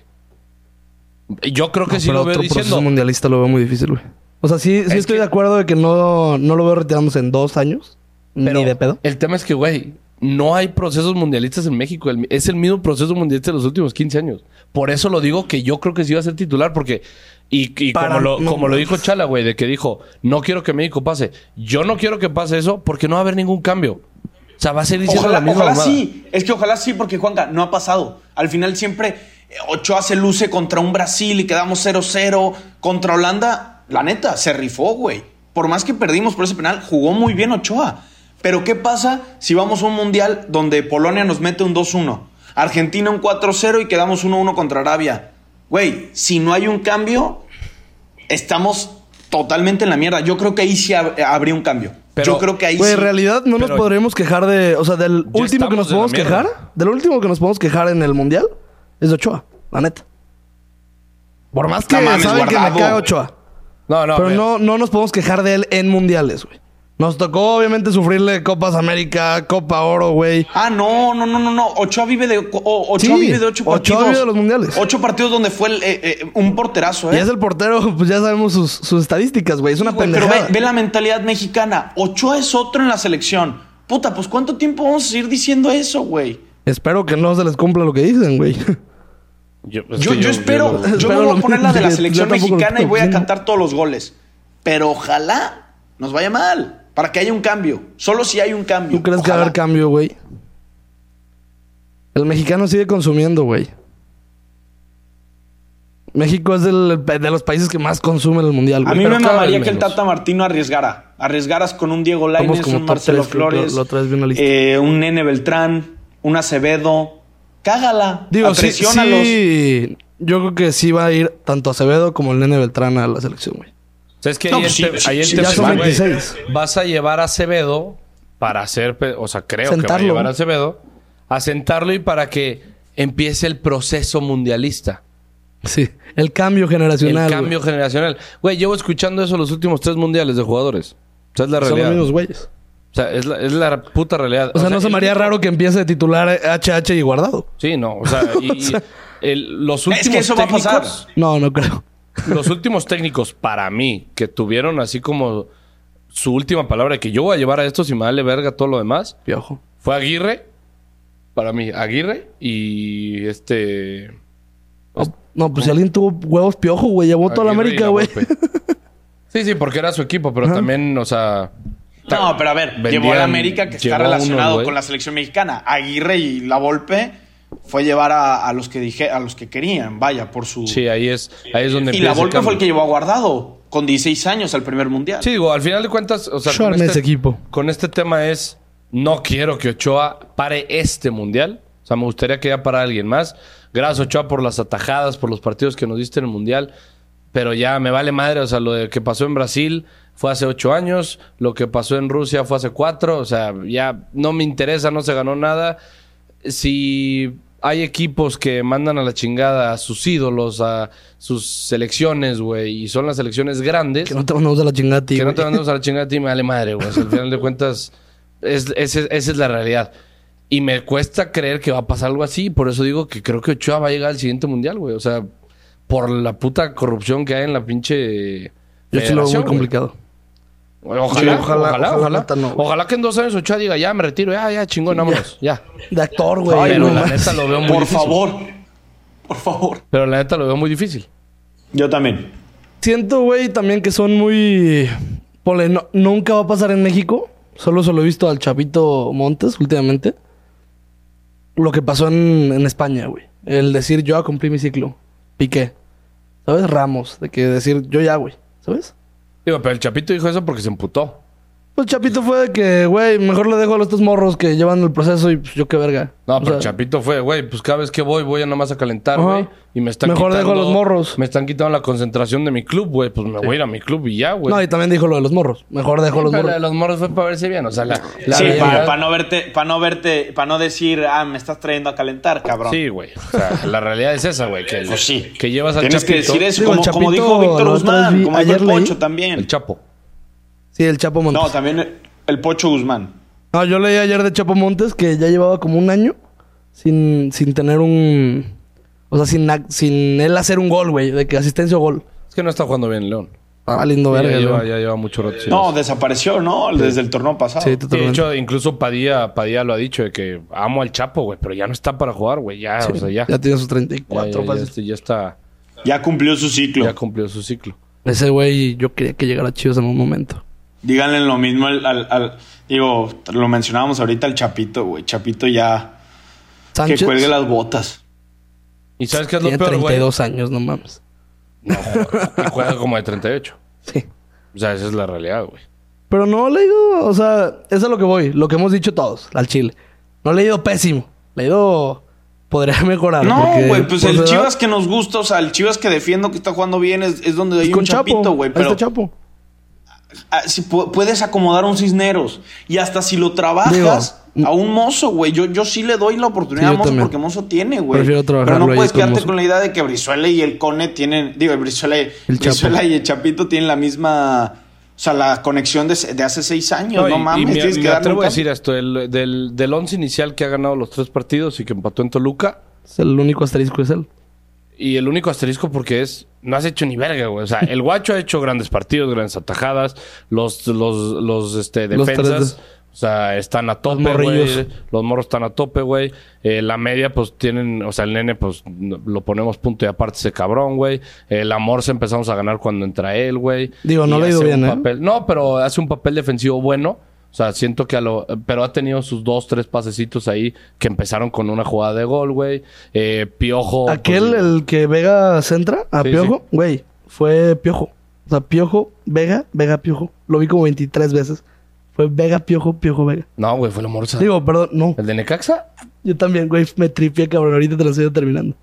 Yo creo que No, sí pero lo veo otro proceso diciendo. mundialista lo veo muy difícil, güey. O sea, sí, sí Es estoy que- de acuerdo de que no, no lo veo retirándose en dos años. Pero ni de pedo. El tema es que, güey, no hay procesos mundialistas en México. El- es el mismo proceso mundialista de los últimos 15 años. Por eso lo digo que yo creo que sí va a ser titular, porque. Y, y Para- como, lo, no como lo mames. dijo Chala, güey, de que dijo, no quiero que México pase. Yo no quiero que pase eso porque no va a haber ningún cambio. O sea, va a ser diciendo Ojalá, la misma ojalá mamada. sí. Es que ojalá sí, porque Juanca, no ha pasado. Al final siempre eh, Ochoa se luce contra un Brasil y quedamos 0-0. Contra Holanda, la neta, se rifó, güey. Por más que perdimos por ese penal, jugó muy bien Ochoa. Pero ¿qué pasa si vamos a un mundial donde Polonia nos mete un 2-1? Argentina un 4-0 y quedamos 1-1 contra Arabia. Güey, si no hay un cambio, estamos totalmente en la mierda. Yo creo que ahí sí hab- habría un cambio. Pero, Yo creo que ahí Güey, en sí. realidad no nos pero- podremos quejar de. O sea, del último Ya que estamos nos en la podemos mierda. quejar. Del último que nos podemos quejar en el mundial es de Ochoa, la neta. Por más que No mames, saben que me guardado. caga Ochoa. No, no, a pero ver. no, no nos podemos quejar de él en mundiales, güey. Nos tocó, obviamente, sufrirle Copas América, Copa Oro, güey. Ah, no, no, no, no, no. Ochoa vive de, o- o- Ochoa Sí, vive de ocho Ochoa partidos. vive de los mundiales. Ocho partidos donde fue el, eh, eh, un porterazo, Y ¿eh? es el portero, pues ya sabemos sus, sus estadísticas, güey. Es una Güey, pero pendejada. ve, ve la mentalidad mexicana. Ochoa es otro en la selección. Puta, pues ¿cuánto tiempo vamos a seguir diciendo eso, güey? Espero que no se les cumpla lo que dicen, güey. Yo, es Yo, que yo espero, yo- yo, espero me lo voy a poner la de la mismo. selección Yo tampoco lo mexicana y voy a entiendo. cantar todos los goles. Pero ojalá nos vaya mal. Para que haya un cambio. Solo si hay un cambio. ¿Tú crees que va a Ojalá. haber cambio, güey? El mexicano sigue consumiendo, güey. México es del- de los países que más consumen el mundial, A güey. mí Pero me cada vez mamaría que el menos. Tata Martino arriesgara. Arriesgaras con un Diego Lainez, como un top Marcelo tres, creo que Flores, la otra vez vi una lista. eh, un Nene Beltrán, un Acevedo. Cágala. Digo, sí, Presiónalos. sí, yo creo que sí va a ir tanto Acevedo como el Nene Beltrán a la selección, güey. O sea, es que No, ahí pues en te- sí, ahí en sí, ya Tepito, son güey, 26. vas a llevar a Acevedo para hacer, pe- o sea, creo que va a Sentarlo. llevar a Acevedo a sentarlo y para que empiece el proceso mundialista, Sí, el cambio el generacional. cambio generacional. Güey, llevo escuchando eso los últimos tres mundiales de jugadores. O sea, es la güey. Son los realidad. mismos O güeyes. sea, es la, es la puta realidad. O sea, no se el- me haría raro que empiece de titular eh, HH y guardado. Sí, no, o sea, y, y el- los últimos Es que eso va a técnicos, pasar. No, no creo. los últimos técnicos para mí que tuvieron así como su última palabra que yo voy a llevar a esto si me vale verga todo lo demás. Piojo. Fue Aguirre, para mí, Aguirre y este. No, pues si alguien tuvo huevos piojo, güey, llevó toda la Aguirre y América, güey. Volpe. Sí, sí, porque era su equipo, pero también, o sea. No, pero a ver, llevó a vendían- la América que está llevó a unos, relacionado güey. con la selección mexicana. Aguirre y La Volpe fue llevar a, a los que dije, a los que querían, vaya, por su. Sí, ahí es, ahí es donde y La empieza el Volpe fue el cambio. que llevó a Guardado con 16 años al primer mundial. Sí, digo, al final de cuentas, o sea, Yo armé ese equipo. con este tema es, no quiero que Ochoa pare este mundial. O sea, me gustaría que ya para alguien más. Gracias, Ochoa, por las atajadas, por los partidos que nos diste en el mundial. Pero ya me vale madre, o sea, lo de que pasó en Brasil fue hace ocho años, lo que pasó en Rusia fue hace cuatro, o sea, ya no me interesa, no se ganó nada si hay equipos que mandan a la chingada a sus ídolos, a sus selecciones, güey, y son las selecciones grandes, Que no te mandamos a la chingada a ti, que no güey. te mandamos a la chingada a ti, me vale madre, güey. O sea, al final de cuentas, es, es- es- esa es la realidad. Y me cuesta creer que va a pasar algo así, por eso digo que creo que Ochoa va a llegar al siguiente mundial, güey. O sea, por la puta corrupción que hay en la pinche. Yo sí lo veo federación, muy güey. complicado. Ojalá, Sí, ojalá, ojalá, ojalá, ojalá neta no, güey. Ojalá que en dos años Ochoa diga, ya me retiro, ya, ya, chingón, vámonos, ya. De actor, güey. Pero no la más. neta lo veo muy por difícil. favor. Por favor. Pero la neta lo veo muy difícil. Yo también. Siento, güey, también que son muy... Ponle, no- nunca va a pasar en México. Solo se lo he visto al Chavito Montes últimamente. Lo que pasó en, en España, güey. El decir, yo ya cumplí mi ciclo. Piqué. ¿Sabes? Ramos. De que decir, yo ya, güey. ¿Sabes? Digo, pero el Chapito dijo eso porque se emputó. Pues Chapito fue de que, güey, mejor le dejo a estos morros que llevan el proceso y pues yo qué verga. No, O pero sea, Chapito fue, güey, pues cada vez que voy, voy a nomás a calentar, Ajá. güey. Y me están Mejor dejo quitando... a los morros. Me están quitando la concentración de mi club, güey. Pues me voy a ir a mi club y ya, güey. No, y también dijo lo de los morros. Mejor dejo a los Pero la de morros. los morros fue para verse bien. O sea, la... la sí, realidad- para, no verte, para no verte, para no decir, ah, me estás trayendo a calentar, cabrón. Sí, güey. O sea, la realidad es esa, güey. Que, Pues sí. que llevas al Tienes que Chapito- decir eso, Digo, el como, como Chapito dijo Víctor la otra vez Guzmán, vi- como dijo ayer el leí- Pocho también. El Chapo. Sí, el Chapo Montes. no, también el- el Pocho Guzmán. No, Ah, yo leí ayer de Chapo Montes que ya llevaba como un año sin, sin tener un. O sea, sin, ac- sin él hacer un gol, güey, de que asistencia o gol. Es que no está jugando bien León. Ah, lindo Ya, verga, lleva, güey. ya lleva mucho rato. sin No, eso. desapareció, ¿no? Desde el torneo pasado. Sí, Sí, de totalmente. hecho, incluso Padilla, Padilla lo ha dicho, de que amo al Chapo, güey, pero ya no está para jugar, güey. Ya, o sea, ya. ya tiene sus Ya, ya, 34 ya, pases. este, ya está, Ya cumplió su ciclo. ya cumplió su ciclo. Ese güey, yo quería que llegara a Chivas en un momento. Díganle lo mismo al, al- al- Digo, lo mencionábamos ahorita al Chapito, güey. Chapito ya. Sánchez. Que cuelgue las botas. ¿Y sabes qué es lo Tiene peor, güey? 32 años, no mames. No, y juega como de 38. Sí. O sea, esa es la realidad, güey. Pero no le ha ido, o sea, eso es a lo que voy, lo que hemos dicho todos, al Chile. No le ha ido pésimo, le ha ido... Podría mejorar. No, porque güey, pues por su el edad, Chivas que nos gusta, o sea, el Chivas que defiendo que está jugando bien es, es donde pues hay con un Chapito, Chapo, güey. güey. Pero Chapo. ah, si pu- puedes acomodar a un Cisneros y hasta si lo trabajas Digo, mm, a un mozo, güey. Yo, yo sí le doy la oportunidad Sí, a yo mozo también. porque mozo tiene, güey. Prefiero Pero trabajarlo no ahí puedes con quedarte Mozo. con la idea de que Brizuela y el Cone tienen, digo, el Brizuela, y- El Chapo. Brizuela y el Chapito tienen la misma, o sea, la conexión de, de hace seis años. Pues No, y- y mames, me- tienes me, que darle un atrevo a cambio. decir esto, el- del, del once inicial que ha ganado los tres partidos y que empató en Toluca, Es el único asterisco, es él. Y el único asterisco porque es, no has hecho ni verga, güey. O sea, el guacho ha hecho grandes partidos, grandes atajadas, los, los, los este, Los defensas. tres. o sea, están a tope, morrillos. güey. Los morros están a tope, güey. Eh, la media, pues tienen. O sea, el nene, pues no- lo ponemos punto y aparte ese cabrón, güey. El amor se empezamos a ganar cuando entra él, güey. Digo, no Y le ha ido hace un bien, ¿eh? papel- No, pero hace un papel defensivo bueno. O sea, siento que a lo. Pero ha tenido sus dos, tres pasecitos ahí que empezaron con una jugada de gol, güey. Eh, Piojo. Aquel, pues, el que Vega centra a Sí, Piojo, güey, fue Piojo. O sea, Piojo, Vega, Vega, Piojo. Lo vi como 23 veces. Fue Vega, Piojo, Piojo, Vega. No, güey, fue la morsa. Digo, perdón, no. ¿El de Necaxa? Yo también, güey, me tripié, cabrón. Ahorita te lo estoy terminando.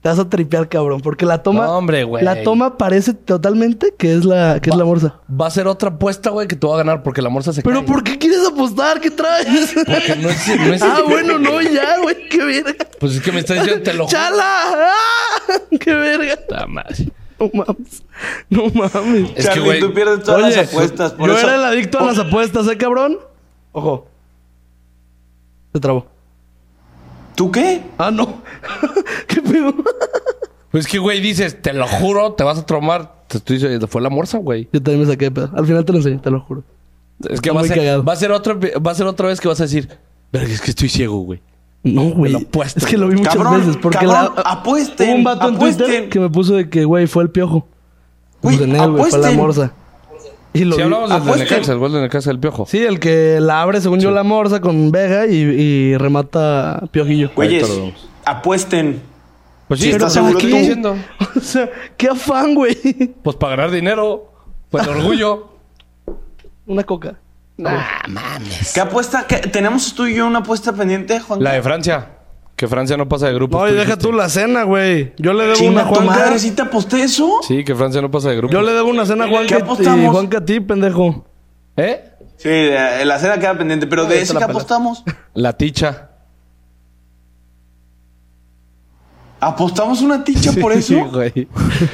Te vas a tripear, cabrón, porque la toma... No, hombre, güey. La toma parece totalmente que es la, que es la morsa. Va a ser otra apuesta, güey, que tú vas a ganar porque la morsa se Pero cae. ¿por qué quieres apostar? ¿Qué traes? Porque no es- no es- ah, bueno, no, ya, güey. Qué verga. Pues es que me estás diciendo, te lo juro. ¡Chala! ¡Ah! ¡Qué verga! Puta madre. No mames. No mames. Es que, Charlie, güey, tú pierdes todas Oye, las apuestas. Por yo eso, era el adicto a las apuestas, ¿eh, cabrón? Ojo. Se trabó. ¿Tú qué? Ah, no. ¿Qué pedo? Pues es que, güey, dices, te lo juro, te vas a tromar. Te estoy diciendo, fue la morsa, güey. Yo también me saqué de pedo. Al final te lo enseñé, te lo juro. Es que Está va a, muy cagado. ser, va, a ser otra, va a ser otra vez que vas a decir, verga, es que estoy ciego, güey. No, güey. Te lo apuesto. Es que lo vi muchas Cabrón, veces. Porque cabrón, la, apuesten, Hubo un vato en Twitter apuesten. que me puso de que, güey, fue el piojo. Güey, Pues en él, güey, fue la apuesten. morsa. Y lo vi. Si hablamos del de apuesten. Necaxa, el gol de Necaxa del Piojo. Sí, el que la abre, según yo, la morsa con Vega y, y remata Piojillo. Güeyes, te lo damos. apuesten. Pues Sí, pero ¿estás ¿para seguro qué? tú? diciendo? O sea, qué afán, güey. Pues para ganar dinero, pues de orgullo. Una coca. ¿Qué apuesta? ¿Qué- ¿Tenemos tú y yo una apuesta pendiente, Juan? La de Francia. Que Francia no pasa de grupos. No, y Pues tú deja dijiste. tú la cena, güey. Yo le debo una a Chinga tu Juanca. madre, ¿sí te aposté eso? Sí, que Francia no pasa de grupos. Yo le debo una cena a Juanca y apostamos? Juanca a ti, pendejo. ¿Eh? Sí, la, la cena queda pendiente, pero de Ahorita ese la que pelas. apostamos. La ticha. ¿Apostamos una ticha por Sí, eso? güey.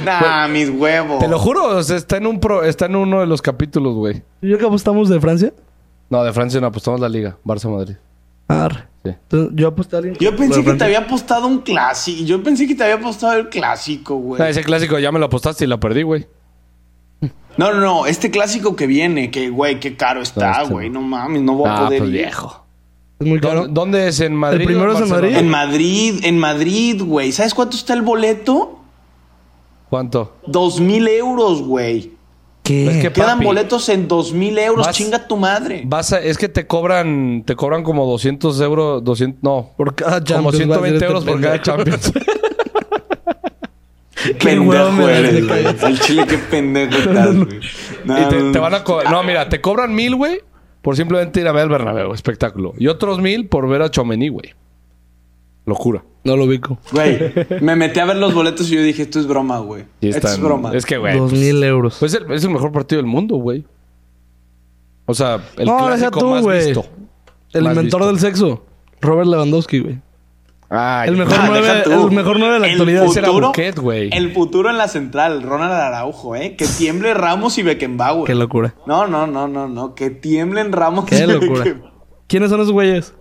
nah, mis huevos. Te lo juro, o sea, está en un pro, está en uno de los capítulos, güey. ¿Y yo que apostamos de Francia? No, de Francia no apostamos la liga, Barça Madrid. Arre. Sí. Entonces, yo aposté a alguien. Yo pensé que de te Francia. había apostado un clásico. Yo pensé que te había apostado el clásico, Ah, güey. ese clásico ya me lo apostaste y la perdí, güey. No, no, no. Este clásico que viene, que, güey, qué caro está, este güey. No mames, no voy a Ah, poder pues ir. viejo. Es muy ¿Dó- caro. ¿Dónde es? ¿En Madrid? El primero o es en Barcelona? En Madrid. Madrid, en Madrid, güey. ¿Sabes cuánto está el boleto? ¿Cuánto? Dos mil euros, güey. ¿Qué? Es que- Quedan Papi. boletos en dos mil euros. Vas- Chinga tu madre. Vas a- es que te cobran, te cobran como 200 euros, 200, no. Por cada Como Champions, va a ser 120 este euros por cada pendejo. Champions. huevo pendejo me das eres, de güey. Al chile, qué pendejo estás, güey. y te, te van a co- No, mira, te cobran mil, güey. por simplemente ir a ver al Bernabéu, espectáculo. Y otros mil por ver a Chomení, güey. Locura. No lo ubico. Güey, me metí a ver los boletos y yo dije, esto es broma, güey. Y Esto están- es broma. Es que, güey. Dos pues, mil euros. pues el- es el mejor partido del mundo, güey. O sea, el No, deja clásico tú, más güey. visto. el más inventor visto. del sexo. Robert Lewandowski, güey. Ay, El mejor Ah, nueve- deja tú. el mejor nueve de la El actualidad. Ese era futuro- Busquets, güey. El futuro en la central, Ronald Araujo, ¿eh? Que tiemble Ramos y Beckenbauer. Qué locura. No, no, no, no, no. Que tiemblen Ramos Qué y locura. Beckenbauer. ¿Quiénes son esos güeyes?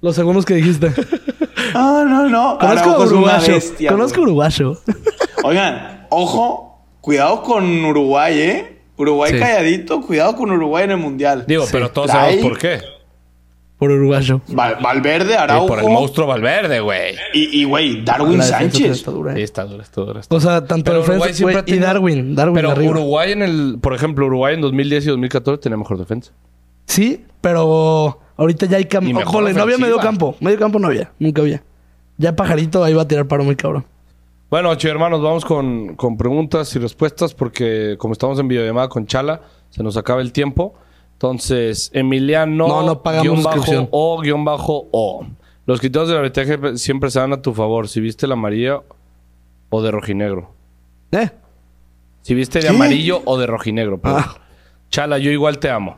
Los segundos que dijiste. Ah, no, no. Conozco a Araujo es una Uruguayo. bestia, Conozco a güey. Uruguayo. Oigan, ojo, cuidado con Uruguay, ¿eh? Uruguay Sí. calladito, cuidado con Uruguay en el Mundial. Digo, pero todos Trae- sabemos por qué. Por Uruguayo. Val- Valverde, Y Araujo. por el monstruo Valverde, güey. Y, y, güey, Darwin La defensa también Sánchez. está dura, Sí, eh. está duro, está duro. está O sea, tanto Pero defensa Uruguay siempre güey, ha y tenido- Darwin. Darwin Pero arriba. Uruguay en el, por ejemplo, Uruguay en 2010 y 2014 tenía mejor defensa. Sí, pero ahorita ya hay Y campo. mejor Jole, no había ofensiva. medio campo. Medio campo no había. Nunca había. Ya Pajarito ahí va a tirar paro muy cabrón. Bueno, chicos hermanos, vamos con, con preguntas y respuestas porque como estamos en videollamada con Chala, se nos acaba el tiempo. Entonces, Emiliano No, no pagamos guión bajo suscripción. o guión bajo o. Los criterios del arbitraje siempre se dan a tu favor. Si viste el amarillo o de rojinegro. ¿Eh? Si viste de ¿Qué? amarillo o de rojinegro. perdón. Ah. Chala, yo igual te amo.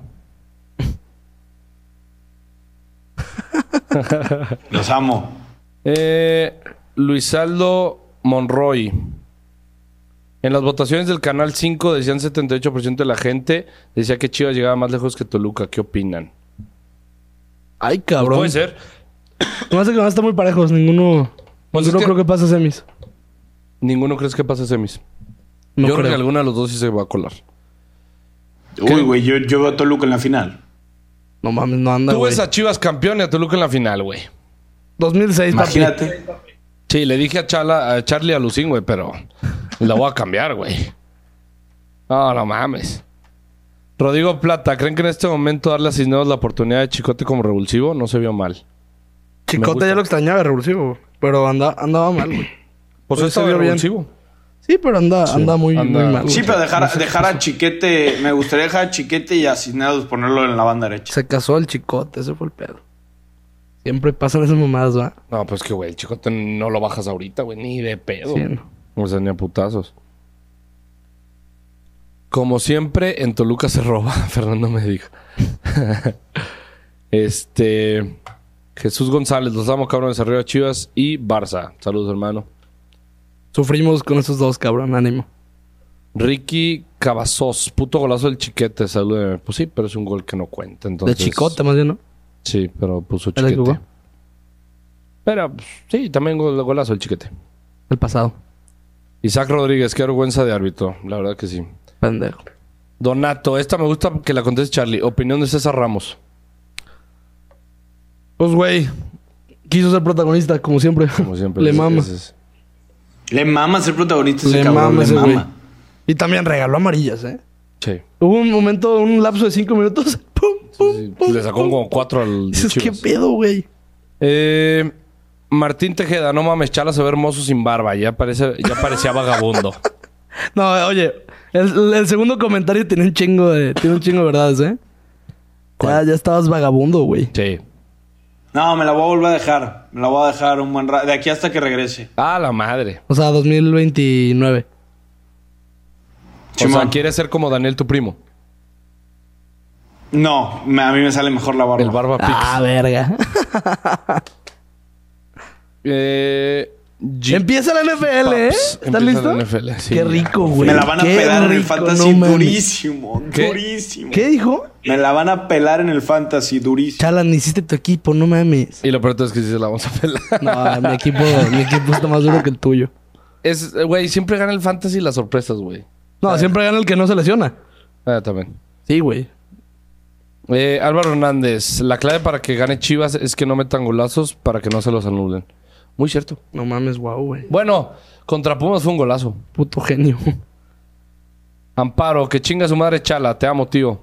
Los amo. Eh, Luisaldo Monroy. En las votaciones del Canal 5 decían 78% de la gente decía que Chivas llegaba más lejos que Toluca. ¿Qué opinan? Ay, cabrón. Pues Puede ser. No hace que van a estar muy parejos. Ninguno. Pues ninguno es que- creo que pasa semis. Ninguno crees que pase semis. No yo creo. creo. Ah, que alguno de los dos sí se va a colar. ¿Qué? Uy, güey, yo, yo veo a Toluca en la final. No mames, no anda, Tú güey. ves a Chivas campeón y a Toluca en la final, güey. 2006, papi. Imagínate. Sí, le dije a, Chala, a Charlie a Lucín, güey, pero la voy a cambiar, güey. No, no mames. Rodrigo Plata, ¿creen que en este momento darle a Cisneros la oportunidad de Chicote como revulsivo? No se vio mal. gusta. Chicote ya lo extrañaba, revulsivo. güey. Pero anda, andaba mal, güey. Pues Pues se está vio bien bien. revulsivo. Sí, pero anda, anda muy, anda- muy mal. güey. Sí, pero dejar, dejar a Chiquete, me gustaría dejar a Chiquete y a Cisneros ponerlo en la banda derecha. Se casó el chicote, ese fue el pedo. Siempre pasan esas mamadas, ¿va? No, pues que, güey, el Chicote no lo bajas ahorita, güey, ni de pedo. Sí, no. O sea, ni a putazos. Como siempre, en Toluca se roba, Fernando me dijo. este. Jesús González, los amo, cabrones, arriba Chivas y Barça. Saludos, hermano. Sufrimos con esos dos, cabrón, ánimo. Ricky Cavazos, puto golazo del chiquete, salúdeme. Pues sí, pero es un gol que no cuenta. Entonces, De chicote, más bien, ¿no? Sí, pero puso ¿El que chiquete. jugó? Pero pues, sí, también gol- golazo el chiquete. El pasado. Isaac Rodríguez, qué vergüenza de árbitro. La verdad que sí. Pendejo. Donato, esta me gusta que la conteste Charlie. Opinión de César Ramos. Pues, güey, quiso ser protagonista, como siempre. Como siempre. Le Ese- mama. ese es- Le mama ser protagonista ese Le cabrón, mama le ese güey. mama. Y también regaló amarillas, ¿eh? Sí. Hubo un momento, un lapso de cinco minutos. Pum, Sí, pum, pum, Le sacó pum. como cuatro al Dices, ¿qué Chivas. pedo, güey? Eh, Martín Tejeda, no mames, Chala se ve hermoso sin barba. Ya, parece, ya parecía vagabundo. No, eh, oye, el, el segundo comentario tiene un chingo de... Tiene un chingo de verdades, ¿eh? Ya, ¿Cuál? ya estabas vagabundo, güey. Sí. No, me la voy a volver a dejar. Me la voy a dejar un buen rato. De aquí hasta que regrese. Ah, la madre. O sea, 2029. O Simón. sea, quiere ser como Daniel, tu primo. No, me- a mí me sale mejor la barba. El barba Pix. Ah, verga. Eh, G- Empieza la NFL, ¿eh? Paps. ¿Estás Empieza listo? la NFL, sí, Qué ya. rico, güey. me la van a Qué pelar en el rico, fantasy no mames. durísimo. ¿Qué? Durísimo. ¿Qué dijo? Me la van a pelar en el fantasy durísimo. Chalan, hiciste tu equipo, no mames. Y lo peor de todo es que sí se la vamos a pelar. No, mi equipo, mi equipo está más duro que el tuyo. Es, eh, güey, siempre gana el fantasy las sorpresas, güey. No, siempre gana el que no se lesiona. Ah, también. Sí, güey. Eh, Álvaro Hernández, la clave para que gane Chivas es que no metan golazos para que no se los anulen. Muy cierto. No mames, guau, güey. Bueno, contra Pumas fue un golazo. Puto genio. Amparo, que chinga su madre Chala, te amo, tío.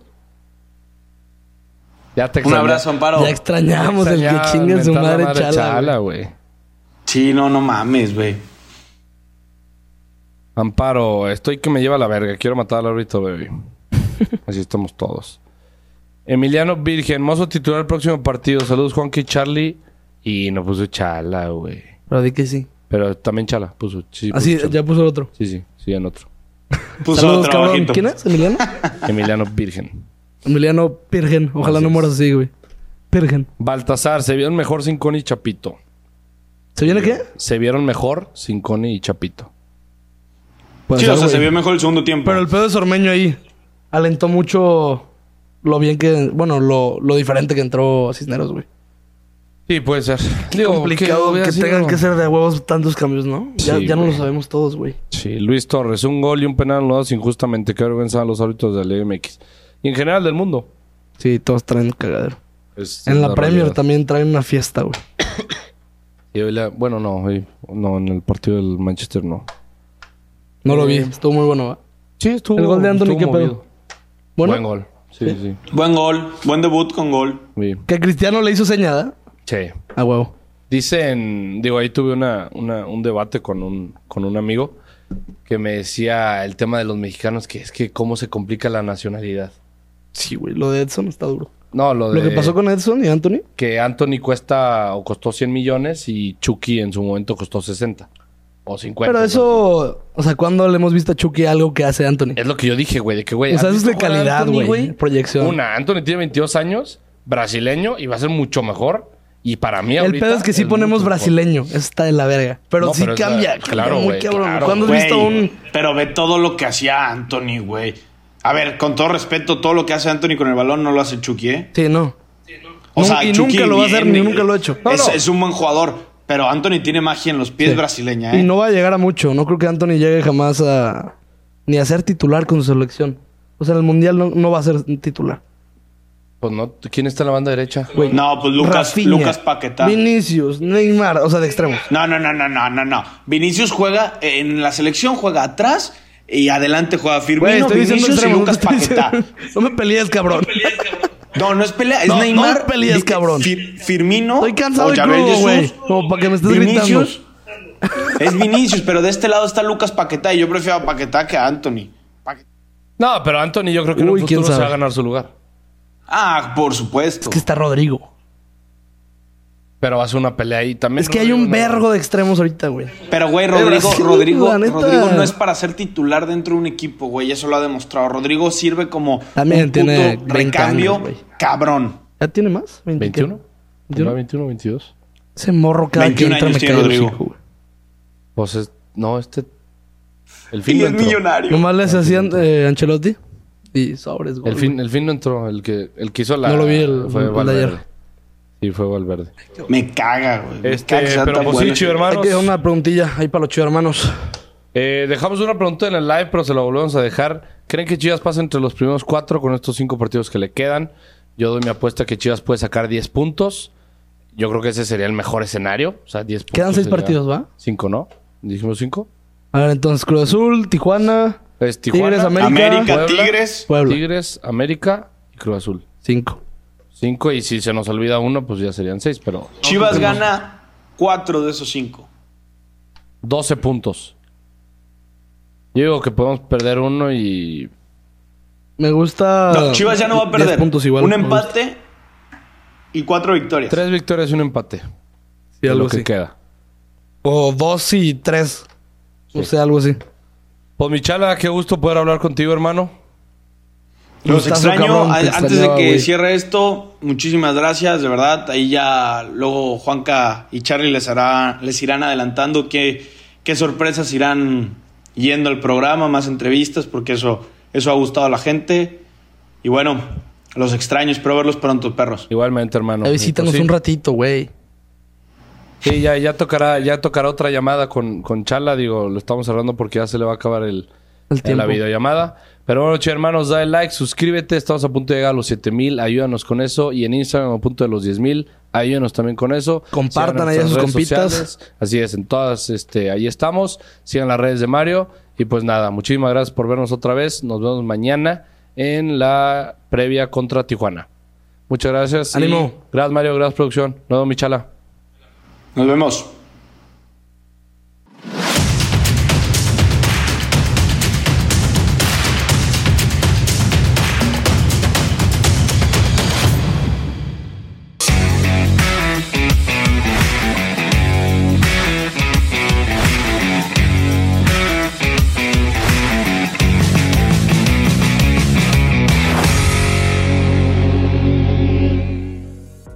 Ya te Un extrañé. abrazo, Amparo. Ya extrañamos el que Extrañaba chinga a su mentar la madre, chala. güey. güey. Sí, no, no mames, güey. Amparo, estoy que me lleva a la verga. Quiero matar al árbitro, baby. Así estamos todos. Emiliano Virgen, mozo titular el próximo partido. Saludos, Juanqui Charlie. Y no puso chala, güey. Pero di que sí. Pero también chala, puso. Sí, sí, puso Así, Chala. ya puso el otro. Sí, sí, sí, en otro. Puso Saludos, otro cabrón. abajito. ¿Quién es? ¿Emiliano? Emiliano Virgen. Emiliano Pirgen. Ojalá no mueras así, güey. Pirgen. Baltasar, se vieron mejor sin Coni y Chapito. ¿Se viene qué? Se vieron mejor sin Coni y Chapito. Puede Sí, ser, o sea, se güey. vio mejor el segundo tiempo. Pues Pero el pedo de Sormeño ahí alentó mucho lo bien que... Bueno, lo, lo diferente que entró Cisneros, güey. Sí, puede ser. Qué complicado que, tengan que ser de huevos tantos cambios, ¿no? Ya, Sí, ya no lo güey. sabemos todos, güey. Sí, Luis Torres, un gol y un penal dados injustamente. Qué vergüenza a los árbitros de la MX. Y en general del mundo. Sí, todos traen cagadero. Es- es En la Premier realidad. también traen una fiesta, güey. Y hoy la- bueno, no, hoy- no, en el partido del Manchester no. No lo vi. Estuvo muy bueno, ¿va? Sí, estuvo. El gol de Anthony, estuvo ¿qué pedo? movido. Bueno, Buen gol. Sí, sí, sí. Buen gol, buen debut con gol. Sí. que Cristiano le hizo señada. Sí. A huevo. Dicen, digo, ahí tuve una, una- un debate con un, con un amigo que me decía el tema de los mexicanos, que es que cómo se complica la nacionalidad. Sí, güey. Lo de Edson está duro. No, lo, Lo de- que pasó con Edson y Anthony. que Anthony cuesta o costó 100 millones y Chucky en su momento costó 60 o 50. Pero ¿no? eso... O sea, ¿cuándo le hemos visto a Chucky algo que hace Anthony? Es lo que yo dije, güey, de que, güey... O sea, ¿has eso es de visto jugar a calidad, Anthony, güey, proyección. Una, Anthony tiene 22 años, brasileño, y va a ser mucho mejor. Y para mí El ahorita... pedo es que sí es ponemos mucho mejor. brasileño. Eso está de la verga. Pero No, sí pero es la- cambia. cambia claro, muy güey, cabrón. claro, ¿Cuándo has Güey, visto un...? Pero ve todo lo que hacía Anthony, güey. A ver, con todo respeto, todo lo que hace Anthony con el balón no lo hace Chucky, ¿eh? Sí, no. O Nun- sea, y Chucky nunca lo va a hacer, ni bien, nunca lo ha hecho. No, es, no. es un buen jugador, pero Anthony tiene magia en los pies Sí. brasileña, ¿eh? Y no va a llegar a mucho. No creo que Anthony llegue jamás a... Ni a ser titular con su selección. O sea, en el Mundial no, no va a ser titular. Pues no, ¿quién está en la banda derecha? Güey. No, pues Lucas- Rafinha, Lucas Paquetá. Vinicius, Neymar. O sea, de extremos. No, no, no, no, no, no, no. Vinicius juega eh, en la selección, juega atrás y adelante juega Güey, Firmino, estoy diciendo Vinicius y extremos. Lucas no estoy Paquetá. diciendo- No me pelees, cabrón. No, no es pelea, es No, no Neymar. me pelees, Vin- cabrón. Fir- Firmino. Estoy cansado o y Gabriel crudo, Jesús, güey. Como para que me estés gritando. Vinicius. Es Vinicius, pero de este lado está Lucas Paquetá y yo prefiero a Paquetá que a Anthony. Paquetá. No, pero Anthony yo creo que en Uy, un quién futuro se va a sabe. ganar su lugar. Ah, por supuesto. Que está Rodrigo. Pero va a ser una pelea ahí también. Es que hay un Rodrigo, no. vergo de extremos ahorita, güey. Pero, güey, Pero Rodrigo, sí, Rodrigo, la neta. Rodrigo no es para ser titular dentro de un equipo, güey. Eso lo ha demostrado. Rodrigo sirve como También un tiene puto 20 recambio años, güey. cabrón. ¿Ya tiene más? ¿20 qué? ¿21? ¿21? ¿21? 21, 22. Ese morro cada 21 que entra años me tiene cae el Rodrigo. hocico, güey. Pues es- no, este... El fin Y no es entró. millonario. Nomás les hacían eh, Ancelotti y sobres, güey. El fin, el fin no entró. El que, el que hizo la... No lo vi el- fue el de Valverde. ayer. Sí, fue Valverde. Me caga, güey. Me Este, caga que sea pero tan pues sí, bueno. chido, Hay hermanos. que dejar una preguntilla ahí para los chivos hermanos. Eh, dejamos una pregunta en el live, pero se la volvemos a dejar. ¿Creen que Chivas pasa entre los primeros cuatro con estos cinco partidos que le quedan? Yo doy mi apuesta que Chivas puede sacar 10 puntos. Yo creo que ese sería el mejor escenario. O sea, 10 puntos. Quedan seis sería- partidos, ¿va? Cinco, ¿no? Dijimos cinco. A ver, entonces Cruz Azul, Tijuana, Es Tijuana, Tigres, América, América, Puebla. Tigres. Puebla. Tigres, América y Cruz Azul. Cinco. Cinco, y si se nos olvida uno, pues ya serían seis, pero Chivas gana cuatro de esos cinco. 12 puntos. Yo digo que podemos perder uno y. Me gusta. No, Chivas ya no va a Diez perder. puntos igual. Un Me gusta. empate y cuatro victorias. Tres victorias y un empate. Sí, es algo lo que así. queda. O dos y tres. O sea, algo así. Pues Michala, qué gusto poder hablar contigo, hermano. Los Gustazo, extraño. cabrón, A- te Antes de extrañaba, que güey. cierre esto, muchísimas gracias, de verdad. Ahí ya luego Juanca y Charlie les, hará, les irán adelantando qué, qué sorpresas irán yendo al programa, más entrevistas, porque eso, eso ha gustado a la gente. Y bueno, los extraño, espero verlos pronto, perros. Igualmente, hermano. Ahí Eh, visítanos Y, pues, un sí. ratito, güey. Sí, ya, ya tocará, ya tocará otra llamada con, con Chala. Digo, lo estamos cerrando porque ya se le va a acabar el, El en la tiempo. videollamada. Pero bueno, che, hermanos, dale like, suscríbete. Estamos a punto de llegar a los 7000. Ayúdanos con eso. Y en Instagram a punto de los 10000. Ayúdanos también con eso. Compartan Sigan ahí a nuestras sus redes compitas. sociales. Así es, en todas, este, ahí estamos. Sigan las redes de Mario. Y pues nada, muchísimas gracias por vernos otra vez. Nos vemos mañana en la previa contra Tijuana. Muchas gracias. y Ánimo. gracias, Mario. Gracias, producción. Nos vemos, mi Chala. Nos vemos.